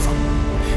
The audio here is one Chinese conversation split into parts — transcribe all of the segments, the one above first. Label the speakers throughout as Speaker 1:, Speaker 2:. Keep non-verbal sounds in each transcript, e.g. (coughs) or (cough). Speaker 1: 方，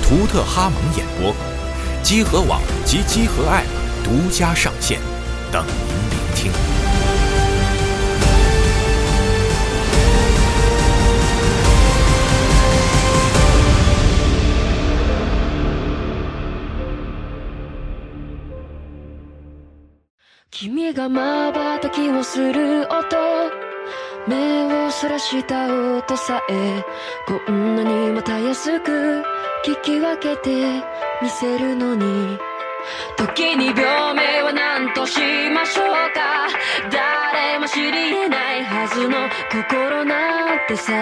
Speaker 1: 图特哈蒙演播，集合网及集合 App 独家上线，等您聆听。
Speaker 2: 君が瞬きをする音目をそらした音さえこんなにもたやすく聞き分けて見せるのに時に病名は何としましょうか誰も知り得ないはずの心なんてさ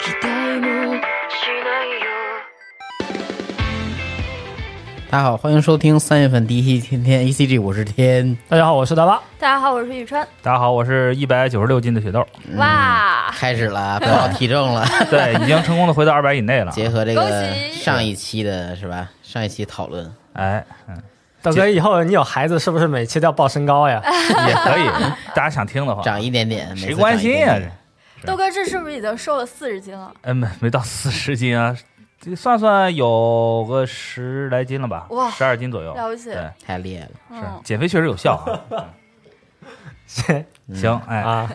Speaker 2: 期待もしないよ
Speaker 3: 大家好，欢迎收听三月份第一期天天 ECG，我是天。
Speaker 4: 大家好，我是大巴。
Speaker 5: 大家好，我是宇川。
Speaker 4: 大家好，我是一百九十六斤的雪 (laughs) 豆。
Speaker 5: 哇，
Speaker 3: 开始了
Speaker 4: (laughs)
Speaker 3: 啊，不要体重了，
Speaker 4: 对，哎已经成功的回到二百以
Speaker 6: (laughs)
Speaker 4: 内了。
Speaker 3: 结合这个
Speaker 5: 恭喜
Speaker 3: 上一期的是吧？上一期讨论，
Speaker 4: 哎，嗯，
Speaker 6: 豆哥，以后你有孩子是不是每期都要报身高
Speaker 4: (laughs)
Speaker 6: 呀？
Speaker 4: 也
Speaker 3: (laughs)
Speaker 4: 可以，大家想听的话，
Speaker 3: 长一点点，每次
Speaker 4: 谁关心啊呀、
Speaker 3: 长一
Speaker 4: 这
Speaker 3: 点点，
Speaker 5: 豆哥这是不是已经瘦了四十斤了？
Speaker 4: 嗯，没没到四十斤啊，这算算有个十来斤了吧，
Speaker 5: 哇
Speaker 4: 十二斤左右。
Speaker 5: 了不起嗯
Speaker 4: 对，
Speaker 3: 太厉害了。
Speaker 4: 是减肥确实有效啊。
Speaker 3: 嗯
Speaker 4: 行，哎，
Speaker 6: 啊，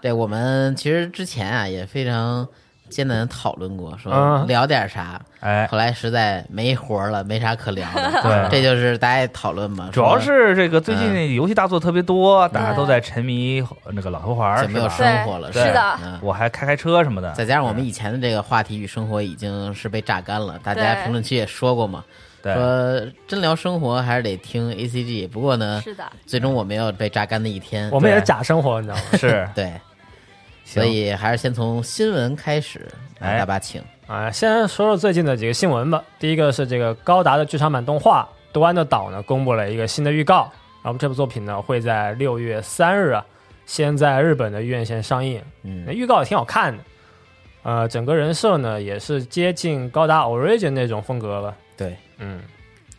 Speaker 3: 对我们其实之前啊也非常艰难地讨论过，说
Speaker 6: 嗯
Speaker 3: 聊点啥，
Speaker 4: 哎
Speaker 3: 后，来实在没活儿了，没啥可聊的。
Speaker 4: (laughs) 对
Speaker 3: 这就是大家也讨论嘛，
Speaker 4: 主要
Speaker 3: 说
Speaker 4: 是这个最
Speaker 3: 嗯
Speaker 4: 近游戏大作特别多，大家都在沉迷那个老头环儿，
Speaker 3: 就没有
Speaker 4: 是吧
Speaker 3: 生活了，
Speaker 4: 对
Speaker 5: 是的
Speaker 3: 嗯
Speaker 4: 我还开开车什么的。
Speaker 3: 再加上我们以前的这个话题与生活已经是被榨干了，大家
Speaker 5: 对
Speaker 3: 评论区也说过嘛，
Speaker 4: 对
Speaker 3: 说真聊生活还是得听 A C G。不过呢，
Speaker 5: 是的，
Speaker 3: 最终我没有被榨干的一天
Speaker 6: 我，们也是假生活，你知道吗？
Speaker 4: 是，
Speaker 3: 对，
Speaker 4: 行
Speaker 3: 所以还是先从新闻开始。啊
Speaker 4: 哎
Speaker 3: 大巴请，
Speaker 6: 啊，先说说最近的几个新闻吧。第一个是这个高达的剧场版动画《杜安的岛》呢，公布了一个新的预告。然后这部作品呢会在六月三日啊，先在日本的院线上映。那
Speaker 3: 嗯，
Speaker 6: 预告也挺好看的，呃，整个人设呢也是接近高达 Origin 那种风格吧。
Speaker 3: 对，
Speaker 6: 嗯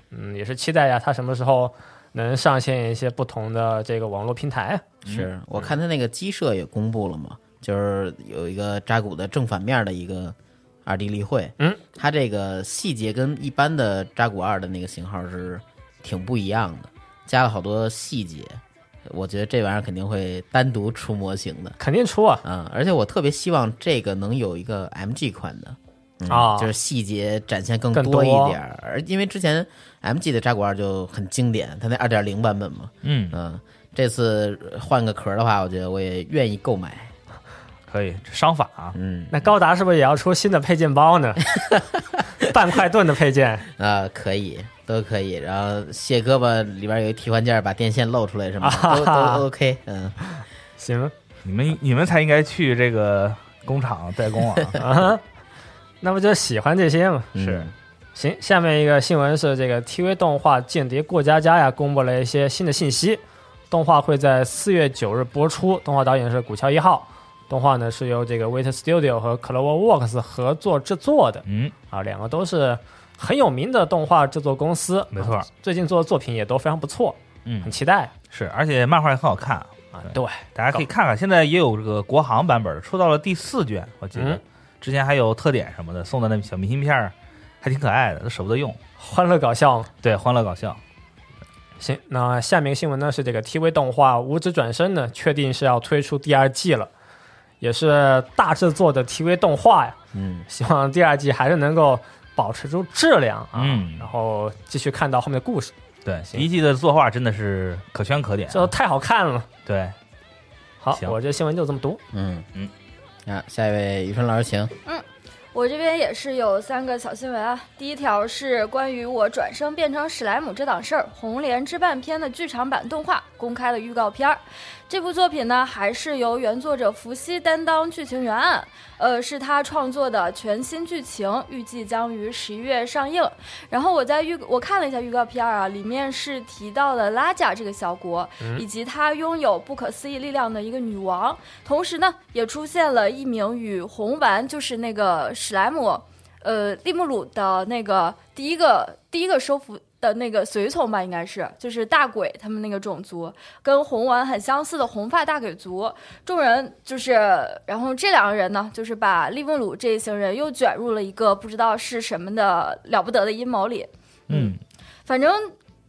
Speaker 6: 嗯，也是期待呀，它什么时候能上线一些不同的这个网络平台。
Speaker 3: 是我看他那个鸡舍也公布了嘛，就是有一个扎古的正反面的一个二 D 例会，
Speaker 6: 嗯，
Speaker 3: 它这个细节跟一般的扎古二的那个型号是挺不一样的，加了好多细节，我觉得这玩意儿肯定会单独出模型的。
Speaker 6: 肯定出啊！
Speaker 3: 嗯，而且我特别希望这个能有一个 MG 款的，嗯
Speaker 6: 啊
Speaker 3: 就是细节展现更
Speaker 6: 更
Speaker 3: 多一
Speaker 6: 多
Speaker 3: 点儿。而因为之前 MG 的扎古二就很经典，它那二点零版本嘛，
Speaker 4: 嗯，
Speaker 3: 嗯，这次换个壳的话，我觉得我也愿意购买。
Speaker 4: 可以商法啊，
Speaker 3: 嗯，
Speaker 6: 那高达是不是也要出新的配件
Speaker 3: (laughs)
Speaker 6: 包呢？ (laughs) 半块盾的配件
Speaker 3: 啊、可以，都可以。然后卸胳膊里边有一替换件，把电线露出来什么
Speaker 4: (laughs)
Speaker 3: 的，都都 OK。嗯，
Speaker 6: 行
Speaker 4: 你们你们才应该去这个工厂
Speaker 3: (laughs)
Speaker 4: 代工啊！
Speaker 3: 嗯
Speaker 6: 啊，那不就喜欢这些嘛？
Speaker 4: 是
Speaker 6: 行，下面一个新闻是这个 TV 动画《间谍过家家》呀，公布了一些新的信息。动画会在四月九日播出，动画导演是古桥一号。动画呢是由这个 Wait Studio 和 CloverWorks 合作制作的
Speaker 4: 嗯，
Speaker 6: 啊，两个都是很有名的动画制作公司，啊
Speaker 4: 没错，
Speaker 6: 最近做的作品也都非常不错，
Speaker 4: 嗯
Speaker 6: 很期待
Speaker 4: 是，而且漫画也很好看，
Speaker 6: 啊。
Speaker 4: 对
Speaker 6: 对，
Speaker 4: 大家可以看看。现在也有这个国行版本，出到了第四卷，我记得、
Speaker 6: 嗯
Speaker 4: 之前还有特点什么的，送的那小明信片儿还挺可爱的，都舍不得用。
Speaker 6: 欢乐搞笑嘛
Speaker 4: 对，欢乐搞笑，
Speaker 6: 行，那下面一个新闻呢是这个 TV 动画《五指转身》呢，确定是要推出第二季了，也是大制作的 TV 动画呀。
Speaker 3: 嗯，
Speaker 6: 希望第二季还是能够保持住质量啊，
Speaker 4: 嗯
Speaker 6: 然后继续看到后面的故事，
Speaker 4: 对，
Speaker 6: 行
Speaker 4: 第一季的作画真的是可圈可点啊。
Speaker 6: 这太好看了。
Speaker 4: 对，
Speaker 6: 好，
Speaker 4: 行
Speaker 6: 我这新闻就这么读。
Speaker 3: 嗯
Speaker 4: 嗯，
Speaker 3: 啊，下一位雨春老师请，
Speaker 5: 我这边也是有三个小新闻啊。第一条是关于我转生变成史莱姆这档事儿，《红莲之半篇》的剧场版动画公开了预告片儿。这部作品呢，还是由原作者伏羲担当剧情原案，呃，是他创作的全新剧情，预计将于十一月上映。然后我在预我看了一下预告片儿啊，里面是提到了拉贾这个小国，以及她拥有不可思议力量的一个女王。同时呢，也出现了一名与红丸，就是那个史莱姆，呃，利姆鲁的那个第一个第一个收服的那个随从吧，应该是就是大鬼他们那个种族，跟红丸很相似的红发大鬼族。众人就是，然后这两个人呢，就是把利姆鲁这一行人又卷入了一个不知道是什么的了不得的阴谋里。
Speaker 4: 嗯，
Speaker 5: 反正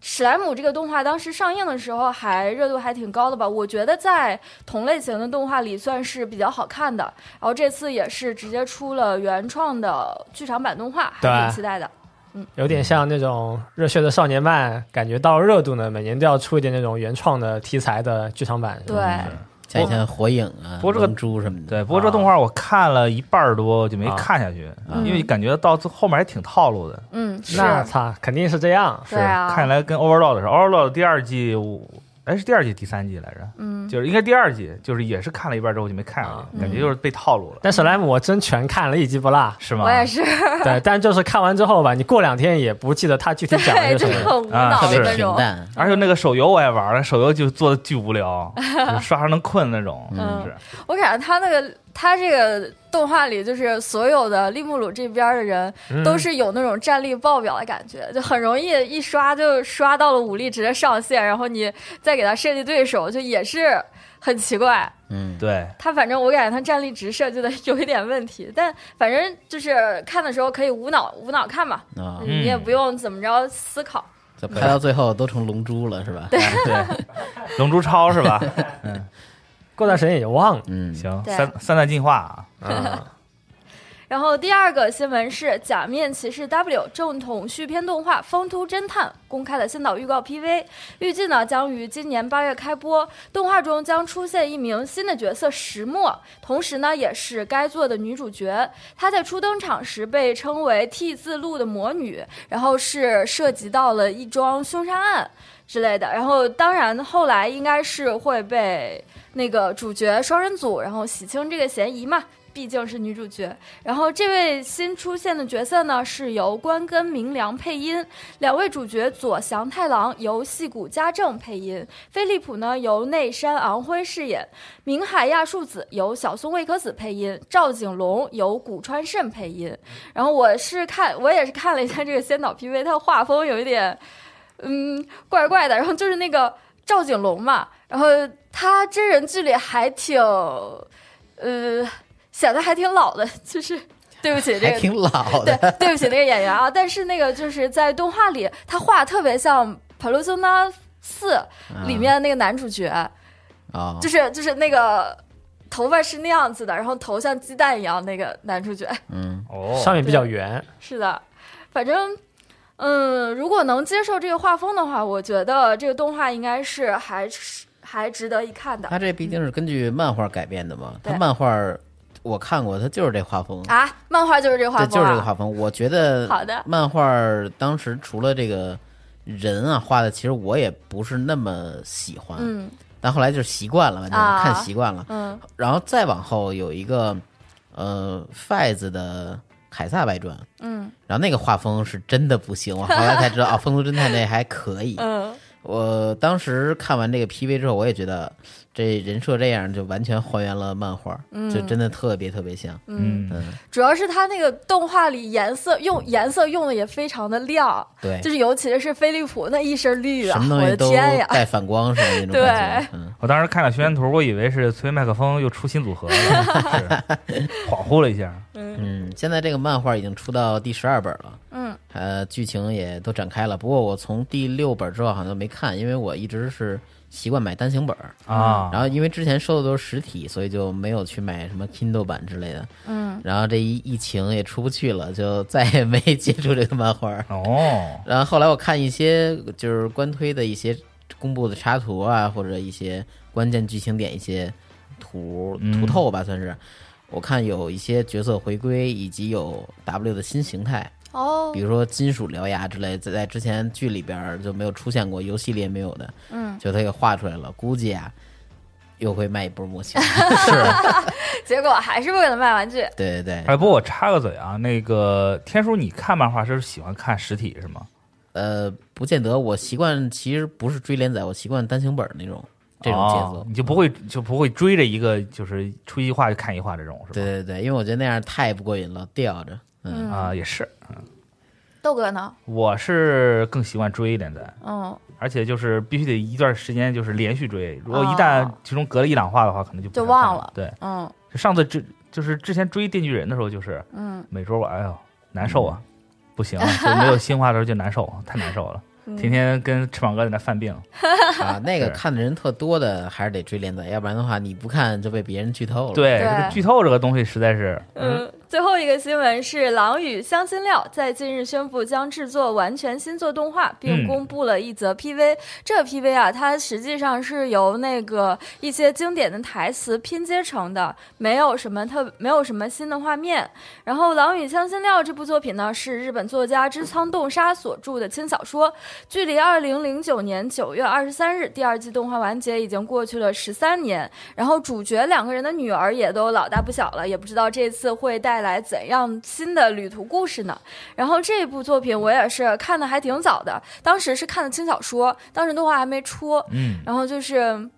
Speaker 5: 史莱姆这个动画当时上映的时候还热度还挺高的吧，我觉得在同类型的动画里算是比较好看的。然后这次也是直接出了原创的剧场版动画，还
Speaker 6: 对
Speaker 5: 挺期待的。
Speaker 6: 有点像那种热血的少年漫，感觉到热度呢，每年都要出一点那种原创的题材的剧场版。
Speaker 5: 对，
Speaker 3: 像以前火影啊、
Speaker 4: 不过这个
Speaker 3: 龙珠什么的，
Speaker 4: 对。不过这个动画我看了一半儿多就没
Speaker 6: 啊
Speaker 4: 看下去，因为感觉到最后面还挺套路的。
Speaker 5: 嗯，是，
Speaker 6: 那操，肯定是这样。
Speaker 5: 对啊，
Speaker 4: 看起来跟 Overlord 似的。Overlord 第二季我，哎，是第二季第三季来着？
Speaker 5: 嗯，
Speaker 4: 就是应该第二季，就是也是看了一半之后就没看了，
Speaker 6: 啊
Speaker 4: 感觉就是被套路了，。
Speaker 6: 但史莱姆我真全看了，一集不
Speaker 5: (laughs)
Speaker 6: 落
Speaker 4: 是吗？
Speaker 5: 我也是，
Speaker 6: 对，但就是看完之后吧，你过两天也不记得他具体讲了些
Speaker 5: 对， (laughs)
Speaker 6: 什
Speaker 5: 就是
Speaker 6: 么。
Speaker 5: 很无
Speaker 4: 啊
Speaker 5: 脑
Speaker 3: 特
Speaker 5: 的
Speaker 3: 别
Speaker 5: 那
Speaker 3: 平
Speaker 5: 种。
Speaker 3: 淡。
Speaker 4: 而且那个手游我也玩了，手游就做的巨无聊，就是刷刷能困那种，
Speaker 5: 嗯
Speaker 4: 是
Speaker 5: 我感觉他那个他这个动画里，就是所有的利姆鲁这边的人都是有那种战力爆表的感觉，就很容易一刷就刷到了武力直接上线，然后你再给他设计对手，就也是很奇怪。
Speaker 3: 嗯，
Speaker 4: 对，
Speaker 5: 他反正我感觉他战力值设计的 (laughs) 有一点问题，但反正就是看的时候可以无脑无脑看嘛，嗯
Speaker 3: 啊，
Speaker 5: 你也不用怎么着思考。
Speaker 3: 这拍到最后都成龙珠了是吧？
Speaker 4: 龙珠超是吧？
Speaker 6: 过段时间也忘了。
Speaker 3: 嗯，
Speaker 4: 行，
Speaker 5: 对
Speaker 4: 三三代进化啊，
Speaker 6: 啊，
Speaker 5: 然后第二个新闻是《假面骑士 W》正统续篇动画《风都侦探》公开了先导预告 PV，预计呢将于今年八月开播。动画中将出现一名新的角色石墨，同时呢也是该作的女主角。她在初登场时被称为 T 字路的魔女，然后是涉及到了一桩凶杀案之类的。然后当然后来应该是会被那个主角双人组，然后洗清这个嫌疑嘛。毕竟是女主角，然后这位新出现的角色呢，是由关根明良配音，两位主角佐祥太郎由戏骨家政配音，菲利普呢由内山昂辉饰演，明海亚树子由小松未可子配音，赵景龙由古川慎配音。然后我是看，我也是看了一下这个先导 PV，它的画风有一点，嗯，怪怪的。然后就是那个赵景龙嘛，然后他真人剧里还挺，呃，显得还挺老的，就是对不起这
Speaker 3: 还
Speaker 5: 个
Speaker 3: 挺老
Speaker 5: 对
Speaker 3: 的。， (laughs)
Speaker 5: 对不起那个演员啊，但是那个就是在动画里，他画特别像《Persona 四》里面的那个男主角，
Speaker 3: 啊，嗯哦
Speaker 5: 就是就是那个头发是那样子的，然后头像鸡蛋一样那个男主角。 (laughs)
Speaker 3: 嗯，
Speaker 4: 哦
Speaker 6: 上面比较圆，
Speaker 5: 是的，反正。嗯，如果能接受这个画风的话，我觉得这个动画应该是还是还值得一看的
Speaker 3: 它这毕竟是根据漫画改编的嘛，它
Speaker 5: 对
Speaker 3: 漫画我看过，它就是这画风。
Speaker 5: 啊！漫画就是这个画
Speaker 3: 对，
Speaker 5: 风、
Speaker 3: 就
Speaker 5: 啊，
Speaker 3: 是这个画风。我觉得
Speaker 5: 好的
Speaker 3: 漫画当时除了这个人啊画的，其实我也不是那么喜欢，
Speaker 5: 嗯
Speaker 3: 但后来就是习惯了，反正
Speaker 5: 啊
Speaker 3: 看习惯了。
Speaker 5: 嗯
Speaker 3: 然后再往后有一个呃 f 子的《凯撒外传》，
Speaker 5: 嗯
Speaker 3: 然后那个画风是真的不行，我后来才知道哦，《风俗侦探》那还可以。
Speaker 5: 嗯，
Speaker 3: 我当时看完这个 PV 之后，我也觉得这人设这样就完全还原了漫画，
Speaker 5: 嗯
Speaker 3: 就真的特别特别像。
Speaker 4: 嗯，
Speaker 3: 嗯，
Speaker 5: 主要是它那个动画里颜色用颜色用的也非常的亮，
Speaker 3: 对，
Speaker 5: 就是尤其是飞利浦那一身绿啊
Speaker 3: 什，么东
Speaker 5: 我的
Speaker 3: 西都
Speaker 5: 天呀！
Speaker 3: 带反光似的那种感觉。嗯，
Speaker 4: 我当时看了宣传图，我以为是崔麦克风又出新组合了，是恍惚了一下，
Speaker 3: 嗯，现在这个漫画已经出到第十二本了。
Speaker 5: 嗯，
Speaker 3: 呃，剧情也都展开了。不过我从第六本之后好像没看，因为我一直是习惯买单行本儿，
Speaker 5: 哦
Speaker 4: 啊，
Speaker 3: 然后因为之前收的都是实体，所以就没有去买什么 Kindle 版之类的。
Speaker 5: 嗯，
Speaker 3: 然后这一疫情也出不去了，就再也没接触这个漫画儿。
Speaker 4: 哦，
Speaker 3: 然后后来我看一些就是官推的一些公布的插图啊，或者一些关键剧情点一些图
Speaker 4: 嗯
Speaker 3: 图透吧，算是。我看有一些角色回归，以及有 W 的新形态，
Speaker 5: 哦
Speaker 3: 比，如说金属獠牙之类，在在之前剧里边儿就没有出现过，游戏里也没有的，
Speaker 5: 嗯，
Speaker 3: 就他给画出来了。估计啊，又会卖一波模
Speaker 5: (laughs)
Speaker 3: 型。
Speaker 4: 是。
Speaker 5: 结果还是为了卖玩具。
Speaker 3: 对对对，
Speaker 4: 哎，不过我插个嘴啊，那个天叔，你看漫画是喜欢看实体是吗？
Speaker 3: 呃，不见得。我习惯其实不是追连载，我习惯单行本儿那种这种节奏。
Speaker 4: 哦你就不会就不会追着一个就是出一画就看一画这种是
Speaker 3: 对
Speaker 4: 吧？
Speaker 3: 对对，因为我觉得那样太不过瘾了，吊
Speaker 4: (laughs)
Speaker 3: 着。嗯，
Speaker 5: 嗯，
Speaker 4: 啊，也是，
Speaker 5: 豆哥呢？
Speaker 4: 我是更习惯追连载，
Speaker 5: 嗯，
Speaker 4: 而且就是必须得一段时间就是连续追，如果一旦
Speaker 5: 哦
Speaker 4: 其中隔了一两话的话，可能就不
Speaker 5: 就
Speaker 4: 想看
Speaker 5: 忘了
Speaker 4: 对，
Speaker 5: 嗯
Speaker 4: 就上次之就是之前追《电锯人》的时候，就是
Speaker 5: 嗯，
Speaker 4: 每周我哎呦难受啊，
Speaker 3: 嗯
Speaker 4: 不行啊，就没有新话的时候就难受，啊太难受
Speaker 5: (laughs)
Speaker 4: 了，
Speaker 5: 嗯
Speaker 4: 天天跟翅膀哥在那犯病。
Speaker 3: 啊，那个
Speaker 4: 是
Speaker 3: 看的人特多的，还是得追连载，要不然的话你不看就被别人剧透了。，
Speaker 4: 对，这
Speaker 5: 对
Speaker 4: 个剧透这个东西实在是，嗯，
Speaker 5: 嗯，最后一个新闻是《狼与香辛料》在近日宣布将制作完全新作动画，并
Speaker 4: 嗯
Speaker 5: 公布了一则 PV。这 PV 啊，它实际上是由那个一些经典的台词拼接成的，没有什么特没有什么新的画面。然后，《狼与香辛料》这部作品呢，是日本作家之仓洞沙所著的轻小说，距离二零零九年九月二十三日第二季动画完结已经过去了十三年。然后主角两个人的女儿也都老大不小了，也不知道这次会带来怎样新的旅途故事呢。然后这部作品我也是看的还挺早的，当时是看的轻小说，当时动画还没出，
Speaker 4: 嗯，
Speaker 5: 然后就是。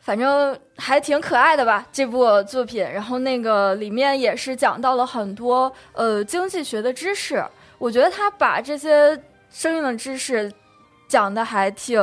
Speaker 5: 反正还挺可爱的吧，这部作品。然后那个里面也是讲到了很多呃经济学的知识，我觉得他把这些生硬的知识讲的还挺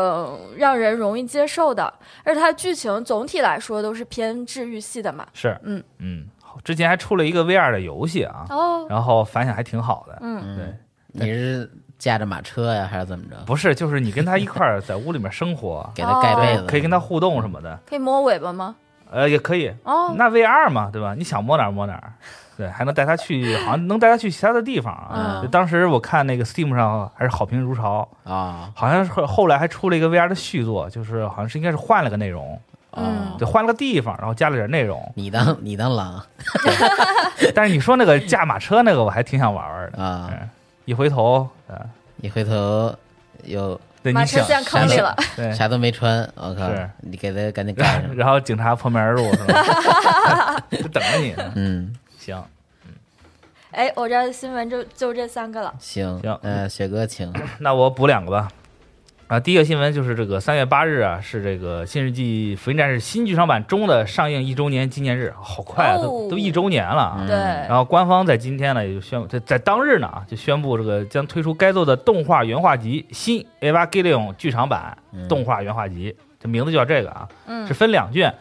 Speaker 5: 让人容易接受的，而且它剧情总体来说都是偏治愈系的嘛。
Speaker 4: 是，
Speaker 5: 嗯
Speaker 4: 嗯，好之前还出了一个 VR 的游戏啊，
Speaker 5: 哦，
Speaker 4: 然后反响还挺好的。
Speaker 5: 嗯，
Speaker 4: 对，
Speaker 3: 你是驾着马车呀，还是怎么着？，
Speaker 4: 不是，就是你跟他一块儿在屋里面生活
Speaker 3: (laughs) 给他盖嗯被子，
Speaker 4: 可以跟他互动什么的，
Speaker 5: 可以摸尾巴吗？
Speaker 4: 呃，也可以。
Speaker 5: 哦，
Speaker 4: 那 VR 嘛，对吧？你想摸哪儿摸哪儿，对，还能带他去，好像能带他去其他的地方啊。
Speaker 5: 嗯
Speaker 4: 就当时我看那个 Steam 上还是好评如潮，
Speaker 3: 啊
Speaker 4: 好像是后后来还出了一个 VR 的续作，就是好像是应该是换了个内容，
Speaker 5: 嗯
Speaker 4: 啊
Speaker 3: 哦，。
Speaker 4: 对，换了个地方，然后加了点内容
Speaker 3: 你当你当狼
Speaker 4: 但是你说那个驾马车那个，我还挺想玩玩的。
Speaker 3: 啊，
Speaker 4: 嗯，一回头，呃，
Speaker 3: 一回头又
Speaker 4: 对，
Speaker 5: 马
Speaker 4: 嗯你
Speaker 5: 车
Speaker 4: 想
Speaker 5: 陷坑里了，
Speaker 4: 对，
Speaker 3: 啥都没穿，我靠
Speaker 4: 是！
Speaker 3: 你给他赶紧盖上。
Speaker 4: 然后警察破门而入是吧？ (laughs) 就等着你呢。
Speaker 3: 嗯，
Speaker 4: 行，
Speaker 5: 哎，我这儿的新闻就就这三个了。
Speaker 3: 行，
Speaker 4: 行
Speaker 3: 呃，雪哥请，
Speaker 4: 那我补两个吧。啊，第一个新闻就是这个三月八日啊，是这个《新世纪福音战士》新剧场版中的上映一周年纪念日，好快啊，
Speaker 5: 哦哎
Speaker 4: 都都一周年了啊。
Speaker 5: 对，
Speaker 4: 然后官方在今天呢，也就宣在在当日呢啊，就宣布这个将推出该作的动画原画集《新 Evangelion 剧场版
Speaker 3: 嗯
Speaker 4: 动画原画集》，这名字就叫这个啊，
Speaker 5: 嗯
Speaker 4: 是分两卷，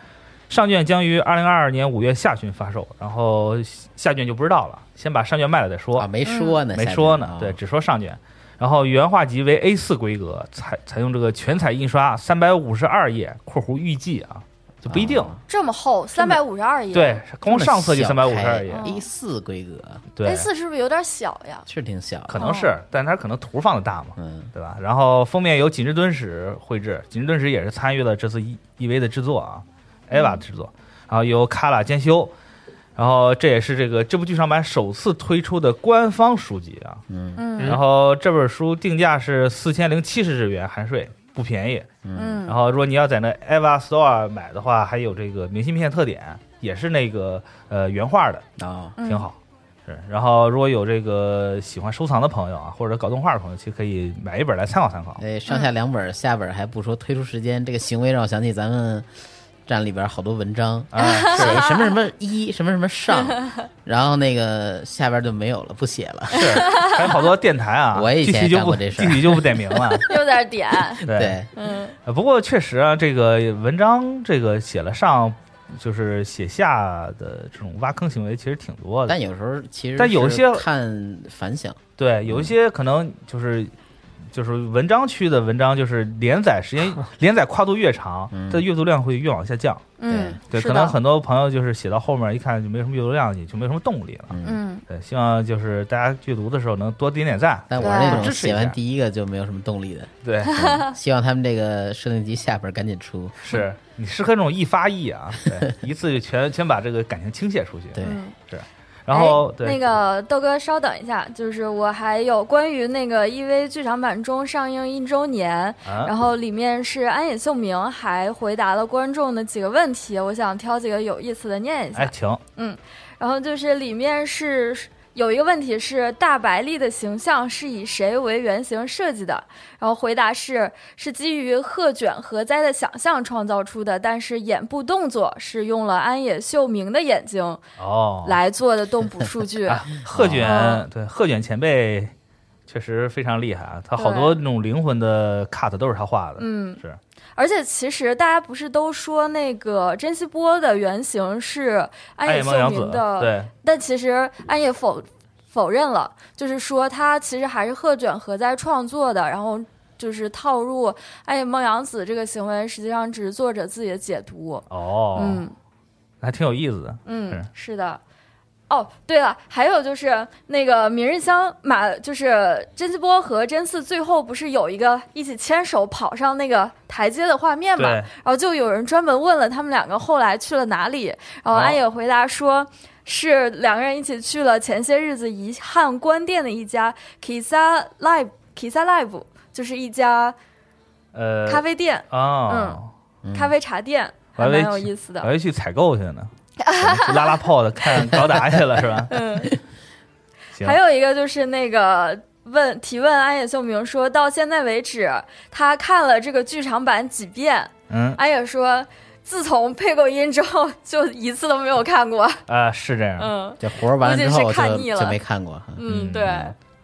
Speaker 4: 上卷将于二零二二年五月下旬发售，然后下卷就不知道了，先把上卷卖了再说
Speaker 3: 啊，。没
Speaker 4: 嗯
Speaker 3: 说呢，
Speaker 4: 没
Speaker 3: 下
Speaker 4: 说
Speaker 3: 面
Speaker 4: 呢
Speaker 3: 啊，
Speaker 4: 对，只说上卷。然后原画集为 A 4规格，采采用这个全彩印刷，三百五十二页（括弧预计啊，就不一定
Speaker 3: 啊）。
Speaker 5: 这么厚，三百五十二页。
Speaker 4: 对，光上色就三百五十二页，
Speaker 5: 嗯
Speaker 3: ，A 四规格
Speaker 4: 对
Speaker 5: ，A，四哎是不是有点小呀？
Speaker 3: 是挺小的，
Speaker 4: 可能是，但它可能图放的大嘛，
Speaker 3: 嗯
Speaker 4: 对吧？然后封面由锦织敦史绘制，锦织敦史也是参与了这次 E EV 的制作啊，EVA 制作，然后由卡拉监修。然后这也是这个这部剧场版首次推出的官方书籍啊，
Speaker 5: 嗯
Speaker 4: 然后这本书定价是四千零七十日元含税，不便宜。然
Speaker 5: 嗯
Speaker 4: 后如果你要在那 Eva Store 买的话，还有这个明信片特点，也是那个呃原画的，
Speaker 3: 啊，
Speaker 5: 嗯
Speaker 4: 挺好。是，然后如果有这个喜欢收藏的朋友啊，或者搞动画的朋友，其实可以买一本来参考参考。
Speaker 3: 哎，上下两本，下本还不说推出时间，这个行为让我想起咱们站里边好多文章。
Speaker 4: 啊， (laughs)
Speaker 3: 写什么什么一什么什么上，然后那个下边就没有了，不写了。
Speaker 4: 是，
Speaker 3: (laughs)
Speaker 4: 还有好多电台啊，
Speaker 3: 我以前
Speaker 4: 具体就
Speaker 3: 干过
Speaker 4: 不
Speaker 3: 这事儿
Speaker 4: 具体就不点名
Speaker 3: (laughs)
Speaker 4: 了。
Speaker 5: 有
Speaker 4: (laughs)
Speaker 5: 点点。
Speaker 4: 对，
Speaker 3: 对，
Speaker 5: 嗯
Speaker 4: 呃不过确实啊，这个文章这个写了上就是写下的这种挖坑行为其实挺多的。
Speaker 3: 但有时候其实
Speaker 4: 但有
Speaker 3: 是
Speaker 4: 些
Speaker 3: 看反响，
Speaker 4: 对，有一些可能就是就是文章区的文章，就是连载
Speaker 3: (laughs)
Speaker 4: 时间连载跨度越长，
Speaker 3: 嗯
Speaker 4: 它的阅读量会越往下降。
Speaker 5: 嗯，
Speaker 4: 对，
Speaker 5: 是
Speaker 4: 可能
Speaker 5: 的
Speaker 4: 很多朋友就是写到后面一看就没什么阅读量，也就没什么动力了。
Speaker 5: 嗯，
Speaker 4: 对，希望就是大家阅读的时候能多点点赞。
Speaker 3: 但我
Speaker 5: 对
Speaker 3: 是那
Speaker 4: 我支
Speaker 3: 种
Speaker 4: 持一
Speaker 3: 写完
Speaker 4: 下
Speaker 3: 第一个就没有什么动力的，嗯
Speaker 4: (laughs) 对，
Speaker 3: 希望他们这个设定集下本赶紧出。
Speaker 4: 是你适合那种一发一啊，
Speaker 5: (laughs)
Speaker 4: 对，一次就全全把这个感情倾泻出去。
Speaker 3: 对，
Speaker 5: 嗯
Speaker 4: 然后
Speaker 5: 哎
Speaker 4: 对啊
Speaker 5: 那个豆哥稍等一下，就是我还有关于那个 EV 剧场版中上映一周年，
Speaker 4: 啊
Speaker 5: 然后里面是安野秀明还回答了观众的几个问题，我想挑几个有意思的念一下。
Speaker 4: 哎，请
Speaker 5: 然后就是里面是有一个问题是大白丽的形象是以谁为原型设计的？然后回答是是基于鹤卷和哉的想象创造出的，但是眼部动作是用了安野秀明的眼睛
Speaker 4: 哦，
Speaker 5: 来做的动捕数
Speaker 4: (laughs)
Speaker 5: 据。
Speaker 4: 啊，贺
Speaker 5: 哦
Speaker 4: 卷对贺卷前辈确实非常厉害啊，他好多那种灵魂的 cut 都是他画的。
Speaker 5: 嗯，
Speaker 4: 是。
Speaker 5: 而且其实大家不是都说那个珍惜波的原型是
Speaker 4: 暗
Speaker 5: 安野
Speaker 4: 夜梦
Speaker 5: 秀
Speaker 4: 阳子
Speaker 5: 明的，
Speaker 4: 对，
Speaker 5: 但其实暗夜否否认了，就是说他其实还是贺卷和在创作的，然后就是套入暗夜梦阳子这个行为，实际上只是作者自己的解读。
Speaker 4: 哦，
Speaker 5: 嗯
Speaker 4: 还挺有意思的。
Speaker 5: 嗯，是的。哦，对了，还有就是那个明日香马，就是真希波和真嗣最后不是有一个一起牵手跑上那个台阶的画面嘛？
Speaker 4: 对，
Speaker 5: 然后就有人专门问了他们两个后来去了哪里，然后
Speaker 4: 哦
Speaker 5: 安野回答说。是两个人一起去了前些日子遗汉关店的一家 Kisa Live Kisa Live，就是一家
Speaker 4: 呃，
Speaker 5: 咖啡嗯店、
Speaker 4: 哦，
Speaker 5: 咖啡茶店，还蛮有意思
Speaker 4: 我
Speaker 5: 的。
Speaker 4: 还哎去采购去呢， (laughs) 去拉拉炮的，看高达去了是吧？行
Speaker 5: 还有一个就是那个问提问安野秀明说到现在为止，他看了这个剧场版几遍？
Speaker 4: 嗯，
Speaker 5: 安野说，自从配过音之后，就一次都没有看过。
Speaker 4: 啊，是这样，
Speaker 5: 嗯
Speaker 3: 这活儿完了之后
Speaker 5: 估计是看
Speaker 3: 就
Speaker 5: 腻了
Speaker 3: 就没看过，
Speaker 5: 嗯，对，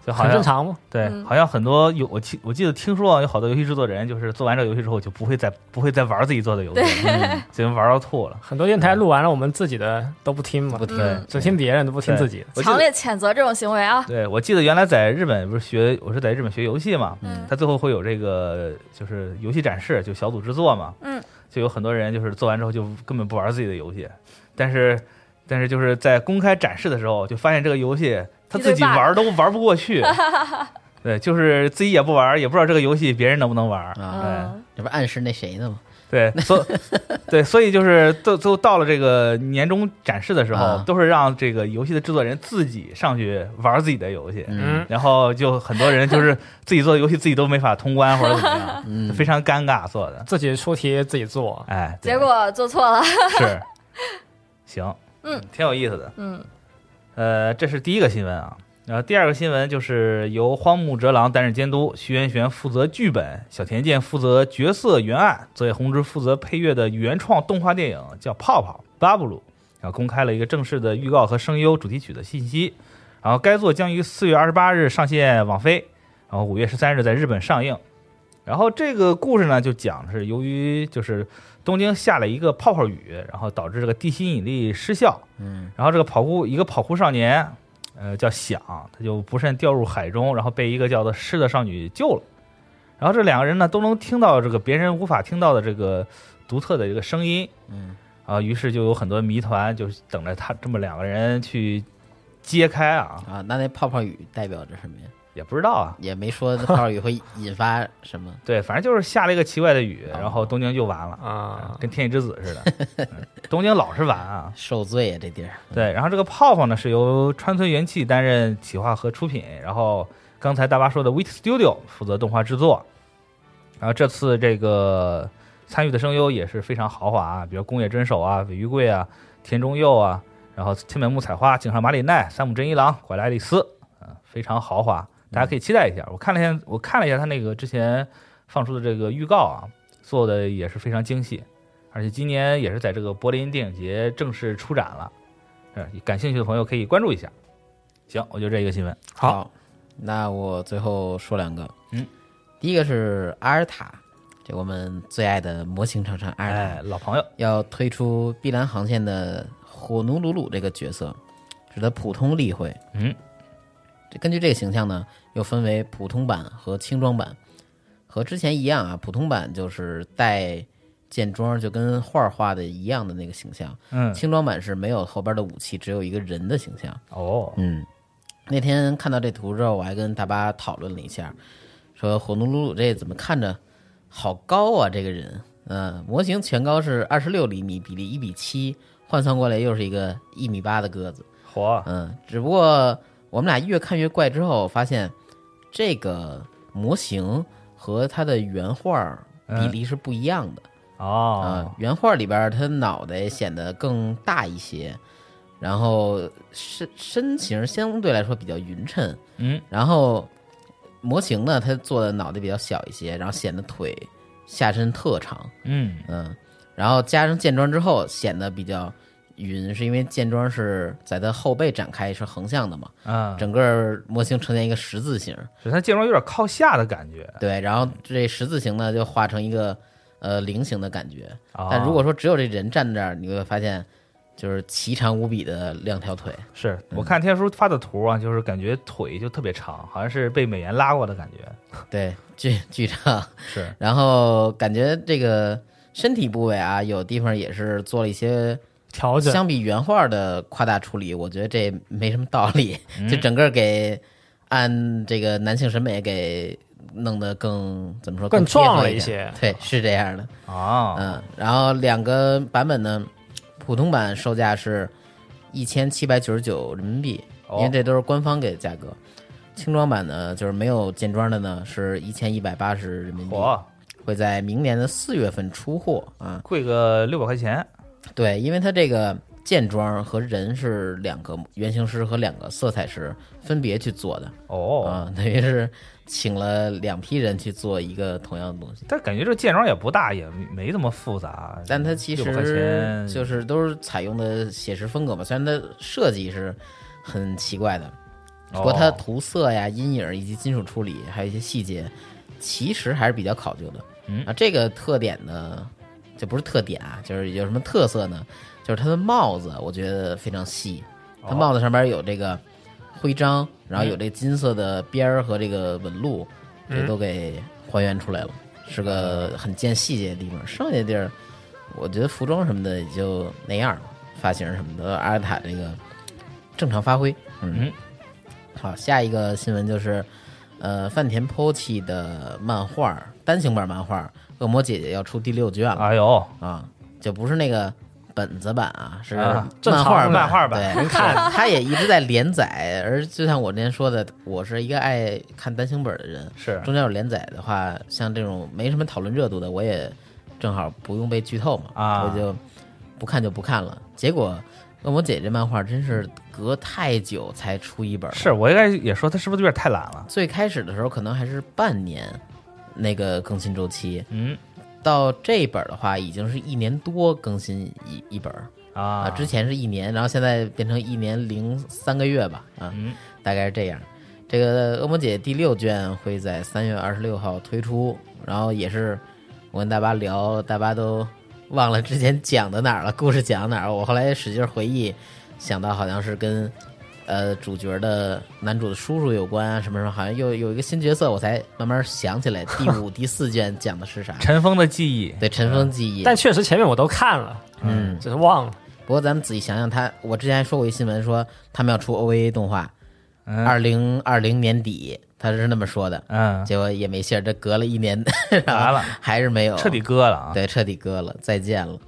Speaker 4: 就好
Speaker 6: 很
Speaker 4: 像
Speaker 6: 正常嘛。
Speaker 4: 对，
Speaker 5: 嗯
Speaker 4: 好像很多有我记我记得听说啊有好多游戏制作人就是做完这个游戏之后就不会再不会再玩自己做的游戏了，已经玩到吐了。
Speaker 6: 很多电台录完了，我们自己的都不听嘛
Speaker 3: 不，听。
Speaker 4: 对
Speaker 6: 只听别人的，不听自己的。
Speaker 4: 我记
Speaker 5: 强
Speaker 4: 得
Speaker 5: 烈谴责这种行为啊！ (laughs)
Speaker 4: 对，我记得原来在日本不是学，我是在日本学游戏嘛，
Speaker 5: 嗯
Speaker 4: 他最后会有这个就是游戏展示，就小组制作嘛，
Speaker 5: 嗯，
Speaker 4: 就有很多人就是做完之后就根本不玩自己的游戏，但是但是就是在公开展示的时候，就发现这个游戏他自己
Speaker 5: 一堆 bug
Speaker 4: 玩都玩不过
Speaker 5: (laughs)
Speaker 4: 去，对，就是自己也不玩，也不知道这个游戏别人能不能玩，哎
Speaker 3: 啊，
Speaker 5: 嗯，
Speaker 3: 这不是暗示那谁呢吗？
Speaker 4: 对，所 (laughs) 对，所以就是都都到了这个年终展示的时候，
Speaker 3: 啊
Speaker 4: 都是让这个游戏的制作人自己上去玩自己的游戏，
Speaker 6: 嗯 (laughs)
Speaker 4: 然后就很多人就是自己做的游戏自己都没法通关或者怎么样，
Speaker 3: 嗯
Speaker 4: 就嗯非常尴尬做的，
Speaker 6: 自己出题自己做，
Speaker 4: 哎，对
Speaker 5: 结果做错了。 (laughs)
Speaker 4: 是行，
Speaker 5: 嗯，
Speaker 4: 挺有意思的，
Speaker 5: 嗯，
Speaker 4: 呃，这是第一个新闻啊。然后第二个新闻就是由荒木哲郎担任监督，徐元玄负责剧本，小田健负责角色原案，泽野弘之负责配乐的原创动画电影叫《泡泡巴布鲁》，然后公开了一个正式的预告和声优主题曲的信息。然后该作将于四月二十八日上线网飞，然后五月十三日在日本上映。然后这个故事呢，就讲的是由于就是东京下了一个泡泡雨，然后导致这个地心引力失效，嗯，然后这个跑酷一个跑酷少年，呃，叫响，他就不慎掉入海中，然后被一个叫做诗的少女救了。然后这两个人呢，都能听到这个别人无法听到的这个独特的这个声音，
Speaker 3: 嗯，
Speaker 4: 啊，于是就有很多谜团，就是等着他这么两个人去揭开啊，
Speaker 3: 啊，那那泡泡雨代表着什么呀？
Speaker 4: 也不知道啊，。
Speaker 3: 也没说那泡泡雨会引发什么
Speaker 4: 对，反正就是下了一个奇怪的雨，然后东京就完了，
Speaker 6: 啊，
Speaker 4: 跟天气之子似的，嗯东京老是完啊，
Speaker 3: 受罪啊，这地儿，
Speaker 4: 对，然后这个泡泡呢是由川村元气担任企划和出品，然后刚才大巴说的 Wit Studio 负责动画制作，然后这次这个参与的声优也是非常豪华啊，比如宫野真守啊、尾鱼贵啊、田中佑啊，然后千本木彩花、井上麻里奈、三木真一郎、拐来爱丽丝，啊、非常豪华，大家可以期待一下。我看了一下，我看了一下他那个之前放出的这个预告啊，做的也是非常精细，而且今年也是在这个柏林电影节正式出展了。嗯，感兴趣的朋友可以关注一下。行，我就这一个新闻。
Speaker 6: 好
Speaker 3: 那我最后说两个，
Speaker 4: 嗯，
Speaker 3: 第一个是阿尔塔，这我们最爱的模型厂商阿尔塔
Speaker 4: 哎，老朋友，
Speaker 3: 要推出碧蓝航线的火奴鲁鲁这个角色，使得普通例会。
Speaker 4: 嗯，
Speaker 3: 这根据这个形象呢，又分为普通版和轻装版。和之前一样啊，普通版就是带剑装，就跟画画的一样的那个形象。
Speaker 4: 嗯，
Speaker 3: 轻装版是没有后边的武器，只有一个人的形象。
Speaker 4: 哦，
Speaker 3: 嗯，那天看到这图之后，我还跟大巴讨论了一下，说火奴鲁鲁这怎么看着好高啊？这个人，嗯、模型全高是二十六厘米，比例一比七，换算过来又是一个一米八的个子。
Speaker 4: 火，
Speaker 3: 嗯，只不过我们俩越看越怪之后，发现这个模型和它的原画比例是不一样的。啊
Speaker 4: 哦，，
Speaker 3: 原画里边儿他脑袋显得更大一些，然后身身形相对来说比较匀称，
Speaker 4: 嗯，
Speaker 3: 然后模型呢，他做的脑袋比较小一些，然后显得腿下身特长，
Speaker 4: 嗯，
Speaker 3: 嗯，然后加上剑装之后显得比较匀，是因为剑装是在他后背展开是横向的嘛，
Speaker 4: 啊，
Speaker 3: 整个模型呈现一个十字形，
Speaker 4: 只是它建装有点靠下的感觉，
Speaker 3: 对，然后这十字形呢就画成一个呃菱形的感觉。
Speaker 6: 哦
Speaker 4: 啊
Speaker 3: 但如果说只有这人站这儿，你会发现就是奇长无比的两条
Speaker 6: (laughs)
Speaker 3: 腿。
Speaker 4: 是
Speaker 3: 嗯
Speaker 4: 我看天叔发的图啊，就是感觉腿就特别长，好像是被美颜拉过的感觉，
Speaker 3: 对，巨巨长。
Speaker 4: 是，
Speaker 3: 然后感觉这个身体部位啊，有地方也是做了一些
Speaker 6: 调整。
Speaker 3: 相比原画的夸大处理，我觉得这没什么道理，
Speaker 6: 嗯
Speaker 3: 就整个给按这个男性审美给弄得更怎么说
Speaker 6: 更
Speaker 3: 贴合
Speaker 6: 壮了
Speaker 3: 一
Speaker 6: 一
Speaker 3: 点
Speaker 6: 些
Speaker 3: 对，是这样的。
Speaker 4: 啊，
Speaker 3: 嗯，然后两个版本呢，普通版售价是一千七百九十九人民币，因为
Speaker 4: 哦
Speaker 3: 这都是官方给的价格。轻装版呢，就是没有建装的呢，是一千一百八十人民币，
Speaker 4: 火，
Speaker 3: 会在明年的四月份出货啊。
Speaker 4: 贵个六百块钱，
Speaker 3: 对，因为它这个建装和人是两个原型师和两个色彩师分别去做的
Speaker 4: 哦，
Speaker 3: 啊，等于是请了两批人去做一个同样的东西。
Speaker 4: 但感觉这建装也不大，也没这么复杂，
Speaker 3: 但它其
Speaker 4: 600块
Speaker 3: 实
Speaker 4: 钱
Speaker 3: 就是都是采用的写实风格嘛，虽然它设计是很奇怪的，不过它
Speaker 4: 哦
Speaker 3: 涂色呀、阴影以及金属处理，还有一些细节，其实还是比较考究的。
Speaker 4: 嗯
Speaker 3: 啊，这个特点呢，就不是特点啊，就是有什么特色呢？就是它的帽子，我觉得非常细，它
Speaker 4: 哦
Speaker 3: 帽子上边有这个徽章，然
Speaker 4: 嗯
Speaker 3: 后有这金色的边儿和这个纹路，这都给还原出来了，是个很见细节的地方。剩下的地儿，我觉得服装什么的也就那样了，发型什么的，阿尔塔这个正常发挥。嗯
Speaker 4: 嗯，
Speaker 3: 好，下一个新闻就是，呃，饭田 POCHI 的漫画单行本漫画《恶魔姐姐》要出第六卷了
Speaker 4: 哎呦，
Speaker 3: 啊，就不是那个本子版啊，是
Speaker 4: 啊
Speaker 6: 正
Speaker 3: 漫
Speaker 6: 常
Speaker 3: 画
Speaker 6: 的
Speaker 3: 版
Speaker 4: 漫画版 (laughs)
Speaker 3: 对，看他也一直在连载，而就像我之前说的，我是一个爱看单行本的人，
Speaker 4: 是
Speaker 3: 中间有连载的话，像这种没什么讨论热度的，我也正好不用被剧透嘛，
Speaker 4: 啊
Speaker 3: 我就不看就不看了。结果恶魔姐姐漫画真是隔太久才出一本了，
Speaker 4: 是我应该也说他是不是有点太懒了？
Speaker 3: 最开始的时候可能还是半年那个更新周期，
Speaker 4: 嗯
Speaker 3: 到这本儿的话，已经是一年多更新一一本儿
Speaker 4: 啊
Speaker 3: 啊，之前是一年，然后现在变成一年零三个月吧，啊，
Speaker 4: 嗯
Speaker 3: 大概是这样。这个《恶魔姐》第六卷会在三月二十六号推出，然后也是我跟大巴聊，大巴都忘了之前讲的哪儿了，故事讲哪儿了。我后来使劲回忆，想到好像是跟呃主角的男主的叔叔有关啊，什么什么，好像又有一个新角色，我才慢慢想起来第五、第四卷讲的是啥。
Speaker 4: 尘封的记忆，
Speaker 3: 对尘封记忆。
Speaker 6: 但确实前面我都看了，
Speaker 3: 嗯，
Speaker 6: 只是忘了。
Speaker 3: 不过咱们仔细想想他，我之前还说过一新闻说他们要出 OVA 动画，二零二零年底，他是那么说的，
Speaker 4: 嗯，
Speaker 3: 结果也没信儿，这隔了一
Speaker 4: (laughs)
Speaker 3: 年，
Speaker 4: 完了，
Speaker 3: 还是没有，
Speaker 4: 彻底割了啊！
Speaker 3: 对，彻底割了，再见了。